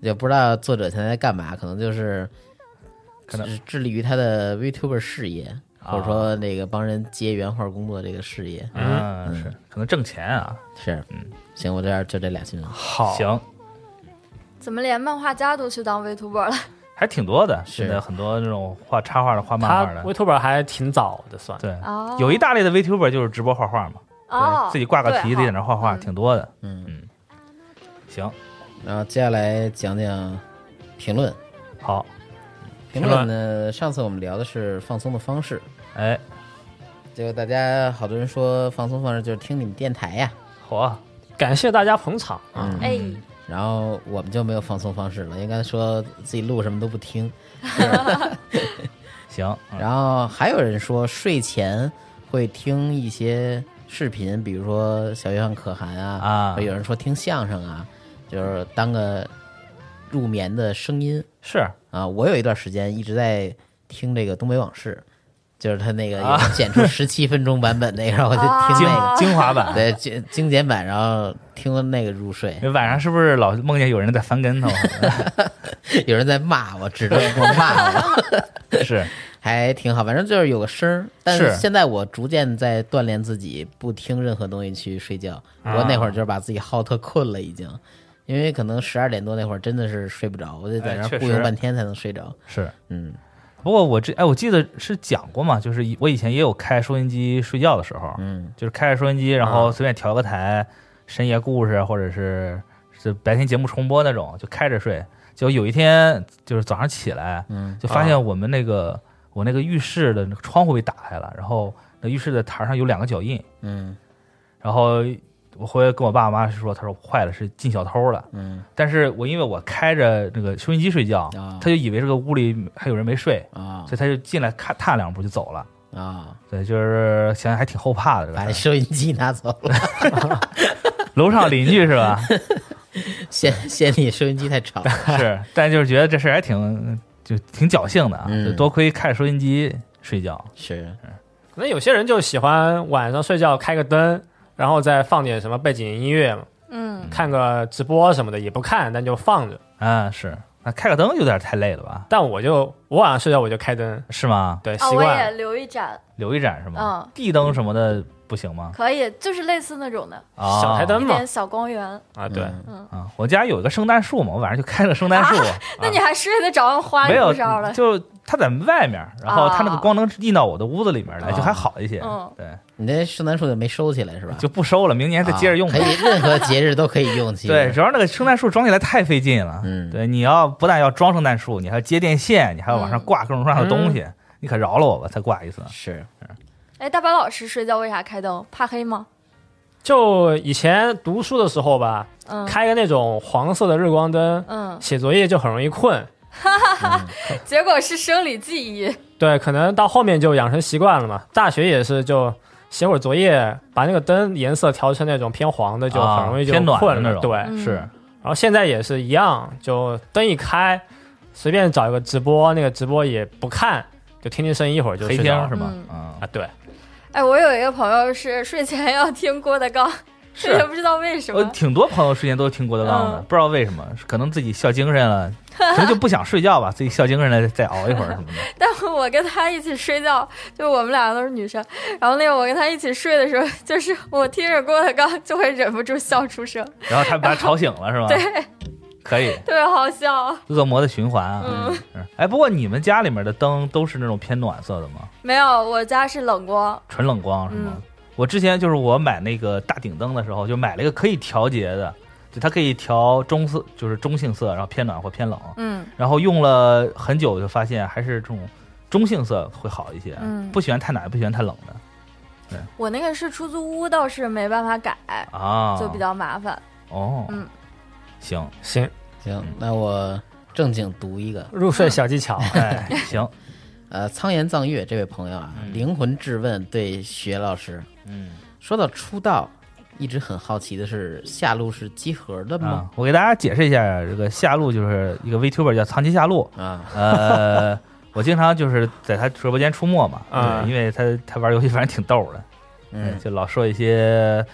Speaker 3: 也不知道作者现在在干嘛，可能就是
Speaker 4: 可能啊
Speaker 3: 致致力于他的 VTuber 事业，或者说那个帮人接原画工作这个事业。
Speaker 4: 嗯，是可能挣钱啊。
Speaker 3: 是，嗯，行，我这儿就这俩新闻。
Speaker 6: 好，
Speaker 4: 行，
Speaker 5: 怎么连漫画家都去当 Vtuber 了？
Speaker 4: 还挺多的，
Speaker 3: 是
Speaker 4: 现在很多那种画插画的、画漫
Speaker 6: 他
Speaker 4: 画的，
Speaker 6: VTuber 还挺早的算。
Speaker 4: 对，
Speaker 5: 哦
Speaker 4: 有一大类的 VTuber 就是直播画画嘛，
Speaker 5: 哦
Speaker 4: 对，自己挂个
Speaker 5: 对
Speaker 4: 题自己在那画
Speaker 5: 好
Speaker 4: 画，
Speaker 5: 嗯
Speaker 4: 挺多的。
Speaker 3: 嗯
Speaker 4: 嗯，行，
Speaker 3: 然后接下来讲讲评论。
Speaker 4: 好，
Speaker 3: 评论呢，上次我们聊的是放松的方式，
Speaker 4: 哎，
Speaker 3: 结果大家好多人说放松方式就是听你们电台呀，
Speaker 4: 火，
Speaker 6: 感谢大家捧场啊！
Speaker 3: 嗯，
Speaker 5: 哎，
Speaker 3: 然后我们就没有放松方式了，应该说自己录什么都不听。
Speaker 4: 行，嗯
Speaker 3: 然后还有人说睡前会听一些视频，比如说小约翰可汗啊，
Speaker 4: 啊
Speaker 3: 或者有人说听相声啊，就是当个入眠的声音
Speaker 4: 是
Speaker 3: 啊。我有一段时间一直在听这个《东北往事》，就是他那个
Speaker 4: 啊
Speaker 3: 有剪出十七分钟版本那个，然后我就听
Speaker 4: 精
Speaker 3: 那
Speaker 5: 啊
Speaker 4: 精华版
Speaker 3: 个，。 (laughs) 对精精简版，然后听了那个入
Speaker 4: (laughs)
Speaker 3: 睡。
Speaker 4: 晚上是不是老梦见有人在翻跟头？ (laughs)
Speaker 3: 有人在骂我，指着我骂我。
Speaker 4: (laughs) 是
Speaker 3: 还挺好，反正就是有个声儿。但是
Speaker 4: 是
Speaker 3: 现在我逐渐在锻炼自己，不听任何东西去睡觉。
Speaker 4: 啊
Speaker 3: 我那会儿就是把自己耗特困了，已经，因为可能十二点多那会儿真的是睡不着，我就在
Speaker 4: 哎
Speaker 3: 那儿
Speaker 4: 确
Speaker 3: 忽悠
Speaker 4: 实
Speaker 3: 半天才能睡着。
Speaker 4: 是，
Speaker 3: 嗯，
Speaker 4: 不过我这哎，我记得是讲过嘛，就是以我以前也有开收音机睡觉的时候，
Speaker 3: 嗯，啊
Speaker 4: 就是开着收音机，然后随便调个台，深夜故事或者是是白天节目重播那种，就开着睡。就有一天就是早上起来，
Speaker 3: 嗯，啊
Speaker 4: 就发现我们那个、我那个浴室的那个窗户被打开了，然后那浴室的台上有两个脚印，
Speaker 3: 嗯
Speaker 4: 然后我回来跟我爸妈说，他说坏了，是进小偷了。
Speaker 3: 嗯
Speaker 4: 但是我因为我开着那个收音机睡觉，
Speaker 3: 啊
Speaker 4: 他就以为这个屋里还有人没睡，
Speaker 3: 啊
Speaker 4: 所以他就进来看踏两步就走了。
Speaker 3: 啊，
Speaker 4: 对，就是想想还挺后怕的这个
Speaker 3: 把
Speaker 4: 事
Speaker 3: 那
Speaker 4: 儿。
Speaker 3: 收音机拿走
Speaker 4: (laughs)
Speaker 3: 了，
Speaker 4: 楼上邻居是
Speaker 3: (laughs)
Speaker 4: 吧？
Speaker 3: 嫌嫌你收音机太
Speaker 4: (laughs)
Speaker 3: 吵。
Speaker 4: 是，但就是觉得这事儿还挺就挺侥幸的啊，
Speaker 3: 嗯
Speaker 4: 就多亏开着收音机睡觉。
Speaker 3: 是，
Speaker 6: 可能有些人就喜欢晚上睡觉开个灯，然后再放点什么背景音乐嘛，
Speaker 5: 嗯，
Speaker 6: 看个直播什么的也不看，但就放着。
Speaker 4: 啊，是，那开个灯有点太累了吧？
Speaker 6: 但我就我晚上睡觉我就开灯，
Speaker 4: 是吗？
Speaker 6: 对，
Speaker 5: 啊，
Speaker 6: 习
Speaker 5: 我也
Speaker 6: 惯。
Speaker 5: 留一盏，
Speaker 4: 留一盏是吗？
Speaker 5: 嗯
Speaker 4: 地灯什么的不行吗？
Speaker 5: 可以，就是类似那种的，
Speaker 4: 啊，
Speaker 6: 小台灯
Speaker 5: 一
Speaker 6: 嘛
Speaker 5: 点小光源。
Speaker 6: 啊，对，
Speaker 3: 嗯
Speaker 4: 啊，我家有一个圣诞树嘛，我晚上就开了圣诞树，
Speaker 5: (laughs) 那你还睡得着？花
Speaker 4: 没
Speaker 5: 里
Speaker 4: 有
Speaker 5: 胡哨了，
Speaker 4: 就它在外面，然后它那个
Speaker 5: 啊
Speaker 4: 光能映到我的屋子里面来，就还好一些。
Speaker 5: 嗯
Speaker 4: 对，
Speaker 3: 你那圣诞树就没收起来是吧？
Speaker 4: 就不收了，明年再接着用
Speaker 3: 啊
Speaker 4: 吧
Speaker 3: 可。以任何节日都可以用。其实
Speaker 4: (laughs) 对，主要那个圣诞树装起来太费劲了。
Speaker 3: 嗯
Speaker 4: 对，你要不但要装圣诞树，你还要接电线，你还要往上挂各种各
Speaker 5: 嗯
Speaker 4: 样的东西，你可饶了我吧，才挂一次。
Speaker 3: 是
Speaker 5: 哎，大白老师睡觉为啥开灯？怕黑吗？
Speaker 6: 就以前读书的时候吧，
Speaker 5: 嗯
Speaker 6: 开个那种黄色的日光灯，
Speaker 5: 嗯，
Speaker 6: 写作业就很容易困。
Speaker 5: 结果是生理记忆。
Speaker 6: 对，可能到后面就养成习惯了嘛。大学也是，就写会儿作业，把那个灯颜色调成那种偏黄的，就
Speaker 4: 啊
Speaker 6: 很容易就
Speaker 4: 偏暖的
Speaker 6: 困了。
Speaker 4: 那种
Speaker 6: 对，
Speaker 5: 嗯
Speaker 4: 是，
Speaker 6: 然后现在也是一样，就灯一开，随便找一个直播，那个直播也不看，就听听声音，一会儿就
Speaker 4: 黑
Speaker 6: 睡着
Speaker 4: 厅
Speaker 6: 了
Speaker 4: 是吗？
Speaker 6: 啊
Speaker 4: 嗯，，
Speaker 6: 对，
Speaker 5: 哎，我有一个朋友是睡前要听郭德纲，
Speaker 4: 是
Speaker 5: 也不知道为什
Speaker 4: 我
Speaker 5: 么。
Speaker 4: 挺多朋友睡前都听郭德纲的，
Speaker 5: 嗯
Speaker 4: 不知道为什么，可能自己笑精神
Speaker 5: (laughs)
Speaker 4: 了，可能就不想睡觉吧，自己笑精神了，再熬一会儿什
Speaker 5: (laughs)
Speaker 4: 么的。
Speaker 5: 但我跟他一起睡觉，就我们俩都是女生。然后那个我跟他一起睡的时候， (laughs) 就是我听着郭德纲就会忍不住笑出声， (laughs)
Speaker 4: 然后他把他吵醒了是吗？对，可以，
Speaker 5: 特别好笑。
Speaker 4: 恶魔的循环啊。
Speaker 5: 嗯，
Speaker 4: 是哎，不过你们家里面的灯都是那种偏暖色的吗？
Speaker 5: 没有，我家是冷光，
Speaker 4: 纯冷光是吗？
Speaker 5: 嗯
Speaker 4: 我之前就是我买那个大顶灯的时候，就买了一个可以调节的，就它可以调中色，就是中性色，然后偏暖或偏冷。
Speaker 5: 嗯
Speaker 4: 然后用了很久，就发现还是这种中性色会好一些。
Speaker 5: 嗯
Speaker 4: 不喜欢太暖，不喜欢太冷的
Speaker 5: 我那个是出租屋，倒是没办法改，
Speaker 4: 啊，
Speaker 5: 就比较麻烦。
Speaker 4: 哦，
Speaker 5: 嗯 (laughs)
Speaker 4: 行，
Speaker 6: 行，
Speaker 3: 行，
Speaker 4: 嗯
Speaker 3: 那我正经读一个。
Speaker 6: 入睡小技巧，
Speaker 4: (laughs) 哎，行，
Speaker 3: 呃，苍岩藏月这位朋友啊，灵魂质问对雪老师
Speaker 4: 嗯
Speaker 3: 说到出道，一直很好奇的是下路是集合的
Speaker 4: 啊
Speaker 3: 吗？，
Speaker 4: 我给大家解释一下，这个夏露就是一个 VTuber 叫长崎夏露，
Speaker 3: 啊，
Speaker 4: 呃，我经常就是在他直播间出没嘛，
Speaker 6: 啊
Speaker 4: 对因为他他玩游戏反正挺逗的，
Speaker 3: 嗯，
Speaker 4: 哎就老说一些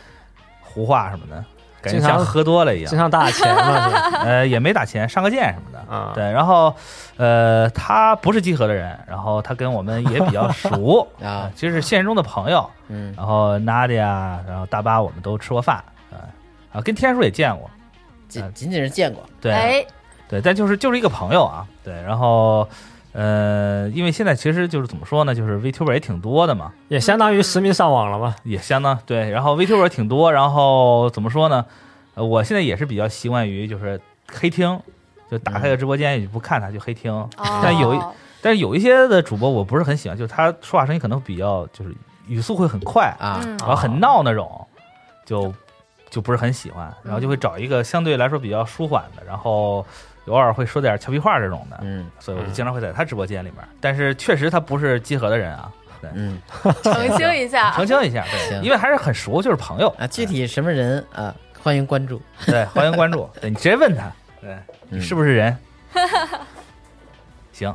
Speaker 4: 胡话什么的，感觉
Speaker 6: 经常
Speaker 4: 像喝多了一
Speaker 6: 经常
Speaker 4: 样。
Speaker 6: 打钱嘛，是吧
Speaker 4: 呃，也没打钱，上个剑什么的。
Speaker 6: 啊
Speaker 4: (laughs) 对，然后呃，他不是集合的人，然后他跟我们也比较
Speaker 6: (laughs)
Speaker 4: 熟呃
Speaker 3: 啊
Speaker 4: 其实是现实中的朋友。
Speaker 3: 嗯
Speaker 4: 然后 Nadia，然后啊大巴，我们都吃过饭，啊、啊，跟天叔也见过。哎
Speaker 3: 仅仅仅是见过，
Speaker 4: 对，啊
Speaker 5: 哎，
Speaker 4: 对，但就是就是一个朋友啊，对，然后。呃，因为现在其实就是怎么说呢，就是 VTuber 也挺多的嘛，
Speaker 6: 也相当于实名上网了嘛。
Speaker 4: 也相当对。然后 VTuber 挺多，然后怎么说呢？呃，我现在也是比较习惯于就是黑听，就打开个直播间也就不看他，就黑听。
Speaker 5: 哦
Speaker 4: 但有一啊但是有一些的主播我不是很喜欢，就是他说话声音可能比较就是语速会很快，
Speaker 3: 啊，
Speaker 5: 嗯
Speaker 4: 然后很闹那种，就就不是很喜欢，然后就会找一个相对来说比较舒缓的，然后偶尔会说点俏皮话这种的，
Speaker 3: 嗯
Speaker 4: 所以我就经常会在他直播间里面。但是确实他不是集合的人啊，对，
Speaker 3: 嗯
Speaker 4: (laughs)
Speaker 5: 澄
Speaker 3: (laughs)
Speaker 5: 清一下
Speaker 4: 澄。清一下，对，
Speaker 3: 行
Speaker 4: 因为还是很熟，就是朋友
Speaker 3: 啊，具体什么人啊，欢迎关注。
Speaker 4: (laughs)
Speaker 3: 嗯
Speaker 4: 对，欢迎关注，对你直接问他，对，你是不是人？行，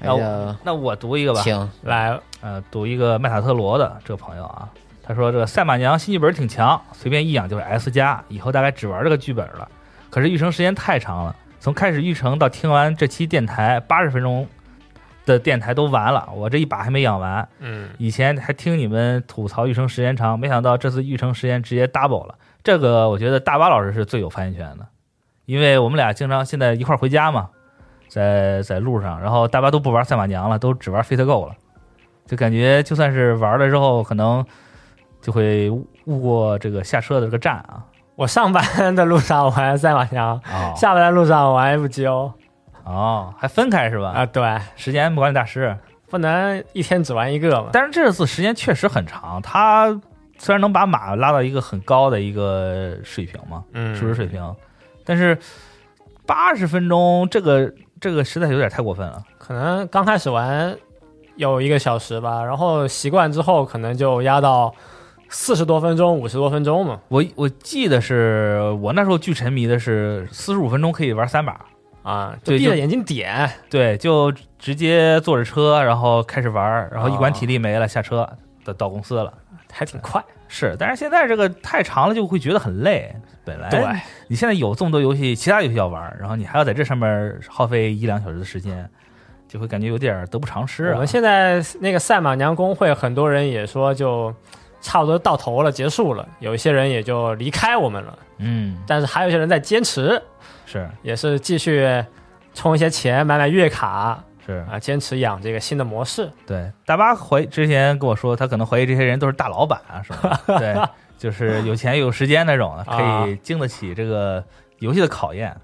Speaker 3: 还
Speaker 4: 那
Speaker 3: 有
Speaker 4: 我那我读一个吧，
Speaker 3: 请
Speaker 6: 来，
Speaker 4: 呃，读一个麦塔特罗的这个朋友啊，他说这个赛马娘新剧本挺强，随便一养就是 S 加，以后大概只玩这个剧本了。可是育成时间太长了，从开始育成到听完这期电台八十分钟的电台都完了，我这一把还没养完。
Speaker 6: 嗯，
Speaker 4: 以前还听你们吐槽育成时间长，没想到这次育成时间直接 double 了。这个我觉得大巴老师是最有发言权的，因为我们俩经常现在一块儿回家嘛，在在路上，然后大巴都不玩赛马娘了，都只玩 Fit Go 了，就感觉就算是玩了之后，可能就会误过这个下车的这个站啊
Speaker 6: 我上班的路上玩赛马娘，
Speaker 4: 哦
Speaker 6: 下班的路上玩 FGO
Speaker 4: 哦，还分开是吧？
Speaker 6: 啊，对，
Speaker 4: 时间管理大师，
Speaker 6: 不能一天只玩一个嘛。
Speaker 4: 但是这次时间确实很长，他虽然能把马拉到一个很高的一个水平嘛，
Speaker 6: 嗯
Speaker 4: 数值水平，但是八十分钟这个这个实在有点太过分了。
Speaker 6: 可能刚开始玩有一个小时吧，然后习惯之后可能就压到四十多分钟、五十多分钟嘛。
Speaker 4: 我我记得是我那时候巨沉迷的是四十五分钟可以玩三把，
Speaker 6: 啊，就
Speaker 4: 对
Speaker 6: 闭
Speaker 4: 就
Speaker 6: 着眼睛点，
Speaker 4: 对，就直接坐着车然后开始玩，然后一管
Speaker 6: 哦
Speaker 4: 体力没了，下车到到公司了。
Speaker 6: 还挺快。
Speaker 4: 是，但是现在这个太长了，就会觉得很累。本来
Speaker 6: 对，
Speaker 4: 你现在有这么多游戏，其他游戏要玩儿，然后你还要在这上面耗费一两小时的时间，就会感觉有点儿得不偿失
Speaker 6: 我
Speaker 4: 啊
Speaker 6: 们。现在那个赛马娘工会，很多人也说就差不多到头了，结束了。有一些人也就离开我们了，
Speaker 4: 嗯，
Speaker 6: 但是还有一些人在坚持，
Speaker 4: 是
Speaker 6: 也是继续充一些钱，买买月卡
Speaker 4: 是，
Speaker 6: 啊，坚持养这个新的模式。
Speaker 4: 对。大巴怀疑之前跟我说，他可能怀疑这些人都是大老板啊什么的，对，就是有钱有时间那种的，可以经得起这个游戏的考验。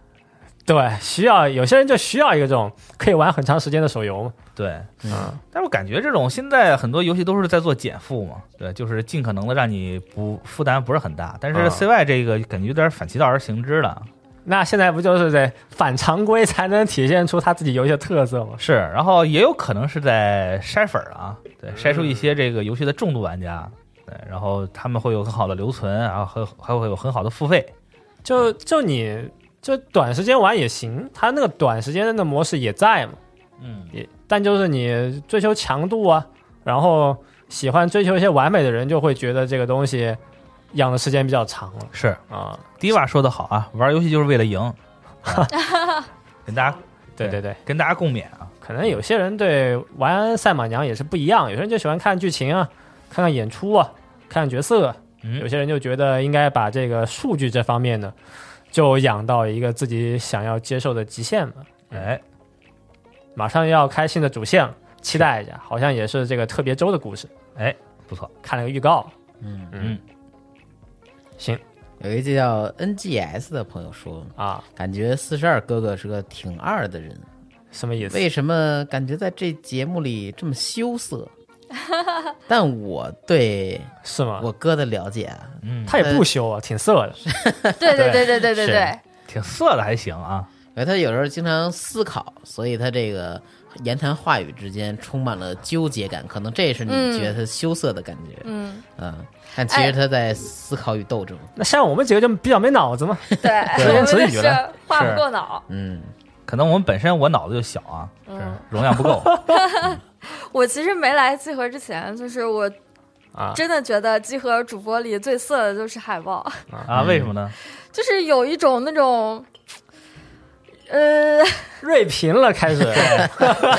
Speaker 6: 对，需要有些人就需要一个这种可以玩很长时间的手游嘛。
Speaker 4: 对，
Speaker 6: 嗯，
Speaker 4: 但是我感觉这种现在很多游戏都是在做减负嘛，对，就是尽可能的让你不负担不是很大。但是
Speaker 6: 嗯
Speaker 4: CY 这个感觉有点反其道而行之了。
Speaker 6: 那现在不就是得反常规才能体现出他自己游戏的特色吗？
Speaker 4: 是，然后也有可能是在筛粉儿啊，对，筛出一些这个游戏的重度玩家，对，然后他们会有很好的留存，然后还还会有很好的付费，
Speaker 6: 就就你就短时间玩也行，他那个短时间的模式也在嘛，
Speaker 4: 嗯，
Speaker 6: 也但就是你追求强度啊，然后喜欢追求一些完美的人就会觉得这个东西养的时间比较长了
Speaker 4: 是。
Speaker 6: 啊、
Speaker 4: 迪瓦说的好啊，玩游戏就是为了赢，
Speaker 5: 嗯
Speaker 4: 啊 (laughs) 跟大家
Speaker 6: 对对
Speaker 4: 对
Speaker 6: 对，
Speaker 4: 跟大家共勉啊，
Speaker 6: 可能有些人对玩赛马娘也是不一样，有些人就喜欢看剧情啊，看看演出啊，看看角色啊、有
Speaker 4: 嗯，
Speaker 6: 些人就觉得应该把这个数据这方面呢，就养到一个自己想要接受的极限了。
Speaker 4: 哎，
Speaker 6: 马上要开新的主线了，期待一下，好像也是这个特别周的故事。
Speaker 3: 哎
Speaker 4: 不错，
Speaker 6: 看了个预告，
Speaker 3: 嗯
Speaker 4: 嗯，
Speaker 6: 行
Speaker 3: 有一个叫 NGS 的朋友说，
Speaker 6: 啊，
Speaker 3: 感觉四十二哥哥是个挺二的人，
Speaker 6: 什么意思？
Speaker 3: 为什么感觉在这节目里这么羞涩？ (laughs) 但我对
Speaker 6: 是吗？
Speaker 3: 我哥的了解啊，
Speaker 4: 嗯，
Speaker 6: 他也不修啊，挺色的。
Speaker 5: 对对对对对对对
Speaker 3: 是，
Speaker 4: 挺色的还行啊，
Speaker 3: 因为他有时候经常思考，所以他这个言谈话语之间充满了纠结感，可能这也是你
Speaker 5: 嗯
Speaker 3: 觉得他羞涩的感觉。
Speaker 5: 嗯，
Speaker 3: 嗯，但其实他在思考与斗争。
Speaker 6: 那像我们几个就比较没脑
Speaker 3: (laughs)
Speaker 6: 子嘛，
Speaker 4: (laughs)
Speaker 5: 对，
Speaker 4: 自
Speaker 5: 我
Speaker 4: 言
Speaker 5: 们
Speaker 4: 自语
Speaker 5: 就
Speaker 4: 的
Speaker 5: 是 (laughs) 话不过脑。
Speaker 3: 嗯，
Speaker 4: 可能我们本身我脑子就小啊，
Speaker 5: 嗯
Speaker 4: 是容量不
Speaker 5: (laughs)
Speaker 4: 够，
Speaker 5: 我其实没来集合之前，就是我
Speaker 6: 啊
Speaker 5: 真的觉得集合主播里最色的就是海豹，嗯
Speaker 4: 啊，为什么呢？
Speaker 5: 就是有一种那种，呃， (laughs)
Speaker 6: 锐评了开始。 (laughs)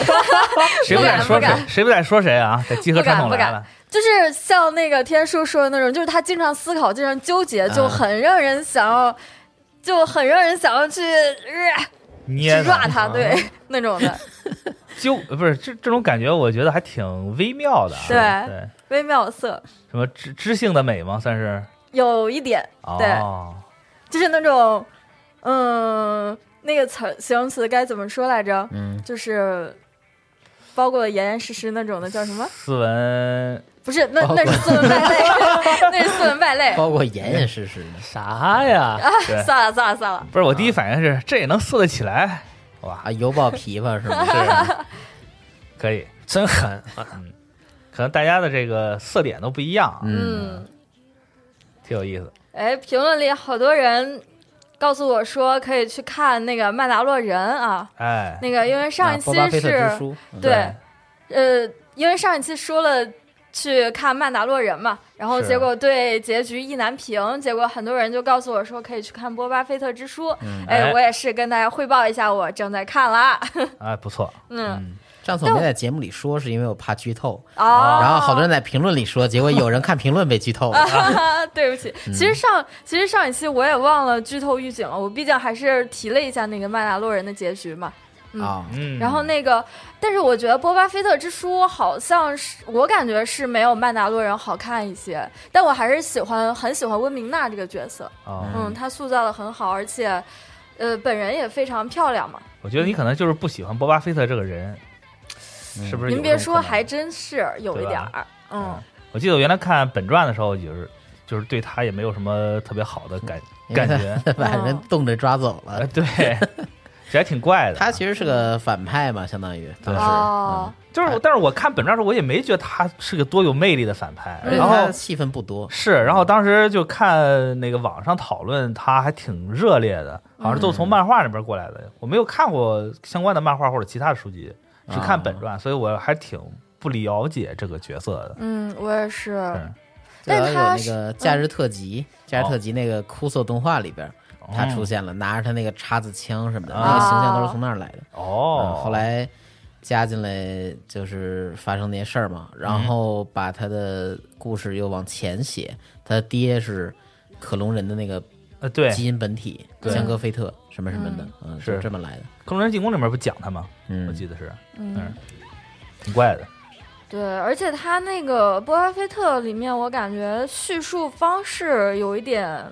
Speaker 4: 谁不
Speaker 5: 不
Speaker 4: 在
Speaker 5: 敢
Speaker 4: 说
Speaker 5: 不
Speaker 4: 谁，
Speaker 5: 敢
Speaker 4: 谁不在说谁啊？在集合
Speaker 5: 不敢
Speaker 4: 传统
Speaker 5: 不
Speaker 4: 来
Speaker 5: 敢
Speaker 4: 了，
Speaker 5: 就是像那个天叔说的那种，就是他经常思考，经常纠结，就很让人想要，就很让人想要去、呃、去
Speaker 4: 捏的
Speaker 5: r 他，对 (laughs) 那种的，
Speaker 4: 就不是这这种感觉，我觉得还挺微妙的啊。
Speaker 5: 是
Speaker 4: 对，
Speaker 5: 微妙色，
Speaker 4: 什么知知性的美吗？算是
Speaker 5: 有一点
Speaker 4: 哦，
Speaker 5: 就是那种，嗯，那个词儿形容词该怎么说来着？
Speaker 3: 嗯，
Speaker 5: 就是。包括严严实实那种的叫什么？
Speaker 4: 斯
Speaker 5: (laughs)
Speaker 4: 文
Speaker 5: 不是，那那是斯文败类，那是斯文败类。
Speaker 3: 包括严严实实的，
Speaker 6: 啥呀？
Speaker 4: 对
Speaker 5: 算了算了算了，
Speaker 4: 不是我第一反应是这也能撕得起来，哇，
Speaker 3: 啊，油爆琵琶是吗？
Speaker 4: 是可以。啊
Speaker 6: 真狠！
Speaker 4: 嗯可能大家的这个色点都不一样啊，
Speaker 5: (laughs) 嗯，
Speaker 4: 挺有意思。
Speaker 5: 哎，评论里好多人告诉我说可以去看那个《曼达洛人》啊，
Speaker 4: 哎，
Speaker 5: 那个因为上一
Speaker 3: 啊波巴
Speaker 5: 期
Speaker 3: 菲特
Speaker 5: 是、
Speaker 3: 之书，嗯
Speaker 5: 对，呃，因为上一期说了去看《曼达洛人》嘛，然后
Speaker 4: 是
Speaker 5: 结果对结局意难平，结果很多人就告诉我说可以去看《波巴菲特之书》
Speaker 4: 哎
Speaker 3: 嗯
Speaker 5: 哎，我也是跟大家汇报一下，我正在看啦。
Speaker 4: 哎，不错，
Speaker 5: 嗯，
Speaker 3: 上次我没在节目里说，是因为我怕剧透，
Speaker 5: 哦，
Speaker 3: 啊然后好多人在评论里说，结果有人看评论被剧
Speaker 5: (laughs)
Speaker 3: 透了。
Speaker 5: 啊， (laughs) 对不起，
Speaker 3: 嗯
Speaker 5: 其实上其实上一期我也忘了剧透预警了，我毕竟还是提了一下那个曼达洛人的结局嘛。嗯
Speaker 3: 啊，
Speaker 4: 嗯，
Speaker 5: 然后那个，但是我觉得《波巴菲特之书》好像是我感觉是没有曼达洛人好看一些，但我还是喜欢很喜欢温明娜这个角色，
Speaker 4: 哦，
Speaker 5: 嗯，她塑造的很好，而且，呃，本人也非常漂亮嘛。
Speaker 4: 我觉得你可能就是不喜欢波巴菲特这个人，是不是？
Speaker 5: 您别说，还真是有一
Speaker 4: 对吧
Speaker 5: 点儿，嗯
Speaker 4: 嗯，我记得我原来看本传的时候，就是就是对他也没有什么特别好的感
Speaker 3: 因为
Speaker 4: 感
Speaker 3: 他
Speaker 4: 觉，
Speaker 5: 嗯
Speaker 4: (laughs)
Speaker 3: 把人
Speaker 5: 哦
Speaker 3: 冻着抓走
Speaker 4: 呃
Speaker 3: 了。
Speaker 4: 对，这还挺怪的。啊
Speaker 3: 他其实是个反派嘛，相当于当时，嗯
Speaker 5: 哦，
Speaker 4: 就是我，但是我看本传的时候，我也没觉得他是个多有魅力的反派。
Speaker 3: 而且
Speaker 4: 然
Speaker 3: 他
Speaker 4: 后
Speaker 3: 戏份不多，
Speaker 4: 是，然后当时就看那个网上讨论，他还挺热烈的，好
Speaker 3: 嗯
Speaker 4: 像都是从漫画那边过来的。我没有看过相关的漫画或者其他的书籍，只
Speaker 3: 啊
Speaker 4: 看本传，所以我还挺不了解这个角色的。
Speaker 5: 嗯，我也是，
Speaker 4: 是
Speaker 3: 最早
Speaker 5: 但
Speaker 3: 有
Speaker 5: 他嗯
Speaker 3: 那个假日特辑，假日
Speaker 4: 哦
Speaker 3: 特辑那个哭搜动画里边，他出现了，拿着他那个叉子枪什么的，
Speaker 4: 啊
Speaker 3: 那个形象都是从那儿来的。
Speaker 4: 哦
Speaker 3: 嗯，后来加进来就是发生那些事儿嘛，
Speaker 4: 嗯
Speaker 3: 然后把他的故事又往前写，他爹是克隆人的那个
Speaker 4: 呃，对，
Speaker 3: 基
Speaker 4: 《
Speaker 3: 因本体
Speaker 4: 对
Speaker 3: 江戈菲特什么什么的，嗯，
Speaker 4: 是
Speaker 3: 就这么来的。
Speaker 4: 克隆人进攻》里面不讲他吗？
Speaker 3: 嗯
Speaker 4: 我记得是，嗯，挺怪的。
Speaker 5: 对，而且他那个《波巴菲特》里面，我感觉叙述方式有一点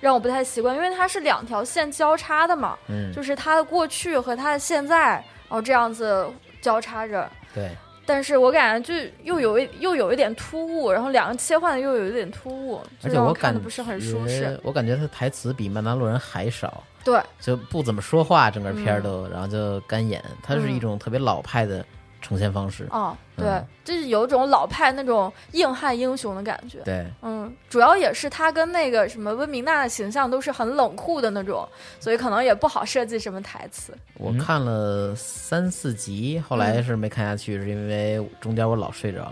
Speaker 5: 让我不太习惯，因为它是两条线交叉的嘛，
Speaker 3: 嗯，
Speaker 5: 就是他的过去和他的现在，然后这样子交叉着。
Speaker 3: 对，
Speaker 5: 但是我感觉就又有一又有一点突兀，然后两个切换的又有一点突�wu，就
Speaker 3: 而且
Speaker 5: 让
Speaker 3: 我
Speaker 5: 我看
Speaker 3: 感
Speaker 5: 的
Speaker 3: 觉
Speaker 5: 不是很舒适。
Speaker 3: 我感觉他台词比曼达洛人还少，
Speaker 5: 对，
Speaker 3: 就不怎么说话，整个片儿
Speaker 5: 嗯
Speaker 3: 都，然后就干演，他是一种特别老派的呈现方式。
Speaker 5: 哦，对，
Speaker 3: 嗯
Speaker 5: 就是有种老派那种硬汉英雄的感觉。
Speaker 3: 对，
Speaker 5: 嗯，主要也是他跟那个什么温明娜的形象都是很冷酷的那种，所以可能也不好设计什么台词。
Speaker 3: 我
Speaker 4: 嗯
Speaker 3: 看了三四集，后来
Speaker 5: 嗯
Speaker 3: 是没看下去，是因为中间我老睡
Speaker 5: (laughs)
Speaker 3: 着，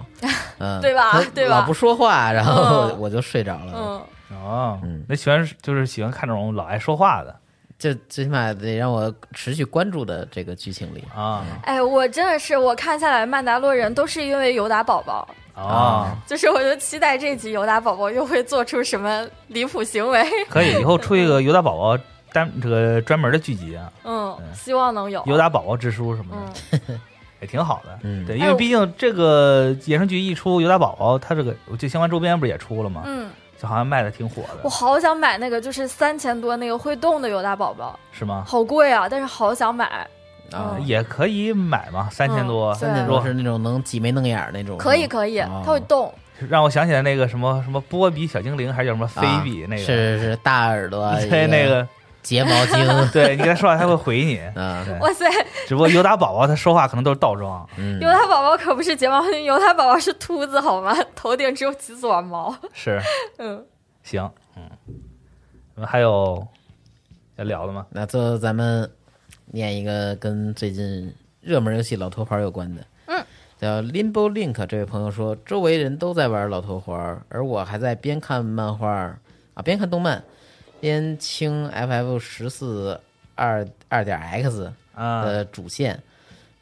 Speaker 3: 嗯，
Speaker 5: 对吧
Speaker 3: 他
Speaker 5: 对吧
Speaker 3: 老不说话，然后
Speaker 5: 嗯
Speaker 3: 我就睡着了。
Speaker 5: 嗯，
Speaker 4: 哦
Speaker 3: 嗯，
Speaker 4: 那喜欢就是喜欢看这种老爱说话的
Speaker 3: 这最起码得让我持续关注的这个剧情里，
Speaker 4: 啊
Speaker 5: 哎，我真的是我看下来《曼达洛人》都是因为尤达宝宝，
Speaker 4: 啊，
Speaker 5: 就是我就期待这集尤达宝宝又会做出什么离谱行为。
Speaker 4: 可以，以后出一个尤达宝宝单这个专门的剧集啊，
Speaker 5: 嗯，
Speaker 4: 嗯
Speaker 5: 希望能
Speaker 3: 哦
Speaker 5: 有。
Speaker 4: 尤达宝宝之书什么
Speaker 5: 嗯
Speaker 4: 的，也挺好的。
Speaker 3: 嗯
Speaker 4: 对，
Speaker 5: 哎
Speaker 4: 因为毕竟这个衍生剧一出，尤达宝宝它这个我记得相关周边不是也出了吗？
Speaker 5: 嗯，
Speaker 4: 就好像卖的挺火
Speaker 5: 我
Speaker 4: 的，
Speaker 5: 好想买那个，就是三千多那个会动的尤达宝宝，
Speaker 4: 是吗？呃
Speaker 5: 好贵啊，但是好想买。
Speaker 3: 啊，
Speaker 5: 嗯
Speaker 4: 也可以买嘛，三千多，
Speaker 5: 对
Speaker 3: 三点多是那种能挤眉弄眼儿那种，
Speaker 5: 可以可以，
Speaker 3: 哦
Speaker 5: 它会动。
Speaker 4: 让我想起来那个什么什么波比小精灵，还是叫什么菲
Speaker 3: 啊
Speaker 4: 比那个，
Speaker 3: 是是哎是大耳朵，
Speaker 4: (laughs) 对
Speaker 3: 一
Speaker 4: 那个，
Speaker 3: (laughs) 睫
Speaker 4: (laughs)
Speaker 3: 毛精，
Speaker 4: 对你跟他说话他会回你，
Speaker 3: 啊，
Speaker 4: 对
Speaker 5: 哇塞，
Speaker 4: 只不过尤达宝宝他说话可能都是倒装，
Speaker 3: 嗯
Speaker 5: 犹，太宝宝可不是睫毛精，犹太宝宝是秃子好吗？头顶只有几撮毛。
Speaker 4: 是
Speaker 5: (laughs) 嗯，
Speaker 4: 行，嗯，
Speaker 3: 嗯
Speaker 4: 我们还有要聊的吗？
Speaker 3: 那最后咱们念一个跟最近热门游戏老头环有关的，
Speaker 5: 嗯，
Speaker 3: 叫 Limbo Link。这位朋友说，周围人都在玩老头环，而我还在边看漫画啊，边看动漫，边清 FF 十四二二点 X
Speaker 4: 啊，
Speaker 3: 的主线。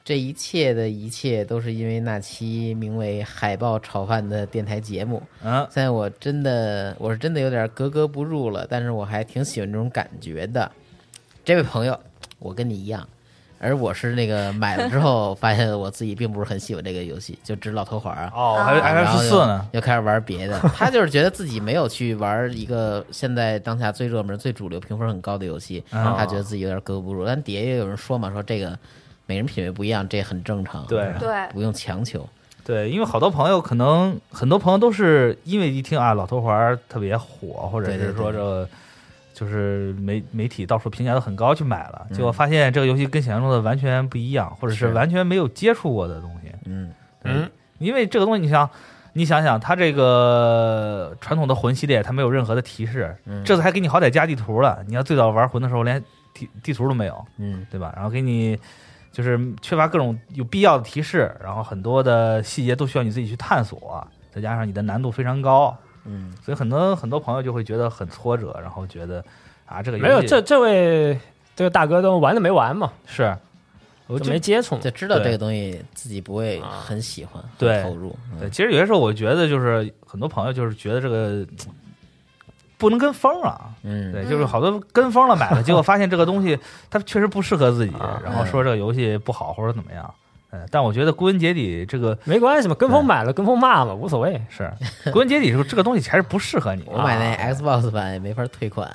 Speaker 3: 这一切的一切都是因为那期名为“海豹炒饭”的电台节目。
Speaker 4: 嗯，
Speaker 3: 现在我真的我是真的有点格格不入了，但是我还挺喜欢这种感觉的。这位朋友，我跟你一样，而我是那个买了之后发现我自己并不是很喜欢这个游戏，就只老头环儿啊。
Speaker 4: 哦，我还有
Speaker 3: 然
Speaker 4: F
Speaker 3: 后
Speaker 4: 十
Speaker 3: 又
Speaker 4: 四呢，
Speaker 3: 又开始玩别的。他就是觉得自己没有去玩一个现在当下最热门、最主流、评分很高的游戏，
Speaker 4: 嗯
Speaker 3: 他觉得自己有点格格不入。但底下也有人说嘛，说这个每人品味不一样，这也很正常。
Speaker 4: 对
Speaker 3: 是吧
Speaker 5: 对
Speaker 3: 不用强求。
Speaker 4: 对，因为好多朋友可能很多朋友都是因为一听啊老头环儿特别火，或者
Speaker 3: 对对
Speaker 4: 是说
Speaker 3: 对
Speaker 4: 这就是媒媒体到处评价都很高去买了，结果发现这个游戏跟想象中的完全不一样，或者是
Speaker 3: 是
Speaker 4: 完全没有接触过的东西。
Speaker 3: 嗯，
Speaker 4: 对
Speaker 6: 嗯，
Speaker 4: 因为这个东西，你想，你想想，它这个传统的魂系列，它没有任何的提示，
Speaker 3: 嗯
Speaker 4: 这次还给你好歹加地图了。你要最早玩魂的时候，连地地图都没有，
Speaker 3: 嗯
Speaker 4: 对吧？然后给你就是缺乏各种有必要的提示，然后很多的细节都需要你自己去探索，再加上你的难度非常高，
Speaker 3: 嗯，
Speaker 4: 所以很多很多朋友就会觉得很挫折，然后觉得啊，
Speaker 3: 哎
Speaker 4: 这个游
Speaker 6: 没有
Speaker 4: 戏
Speaker 6: 这这位这个大哥都玩的没玩嘛，
Speaker 4: 是我
Speaker 6: 就
Speaker 4: 就
Speaker 6: 没接触嘛
Speaker 3: 就知道
Speaker 4: 对啊
Speaker 3: 这个东西自己不会很喜欢，很
Speaker 4: 对
Speaker 3: 投入。嗯
Speaker 4: 对，其实有些时候我觉得就是很多朋友就是觉得这个嗯不能跟风啊，
Speaker 3: 嗯，
Speaker 4: 对，就是好多跟风了
Speaker 6: (laughs)
Speaker 4: 买了，结果发现这个东西它确实不适合自己
Speaker 6: 啊，
Speaker 4: 然后说这个游戏不好或者怎么样。嗯，但我觉得归根结底，这个
Speaker 6: 没关系嘛，跟风
Speaker 4: 对
Speaker 6: 买了跟风骂嘛，无所谓。
Speaker 4: 是 (laughs) 归根结底，这个东西还是不适合你。啊
Speaker 3: 我买那 Xbox 版也没法退
Speaker 4: (laughs)
Speaker 3: 款，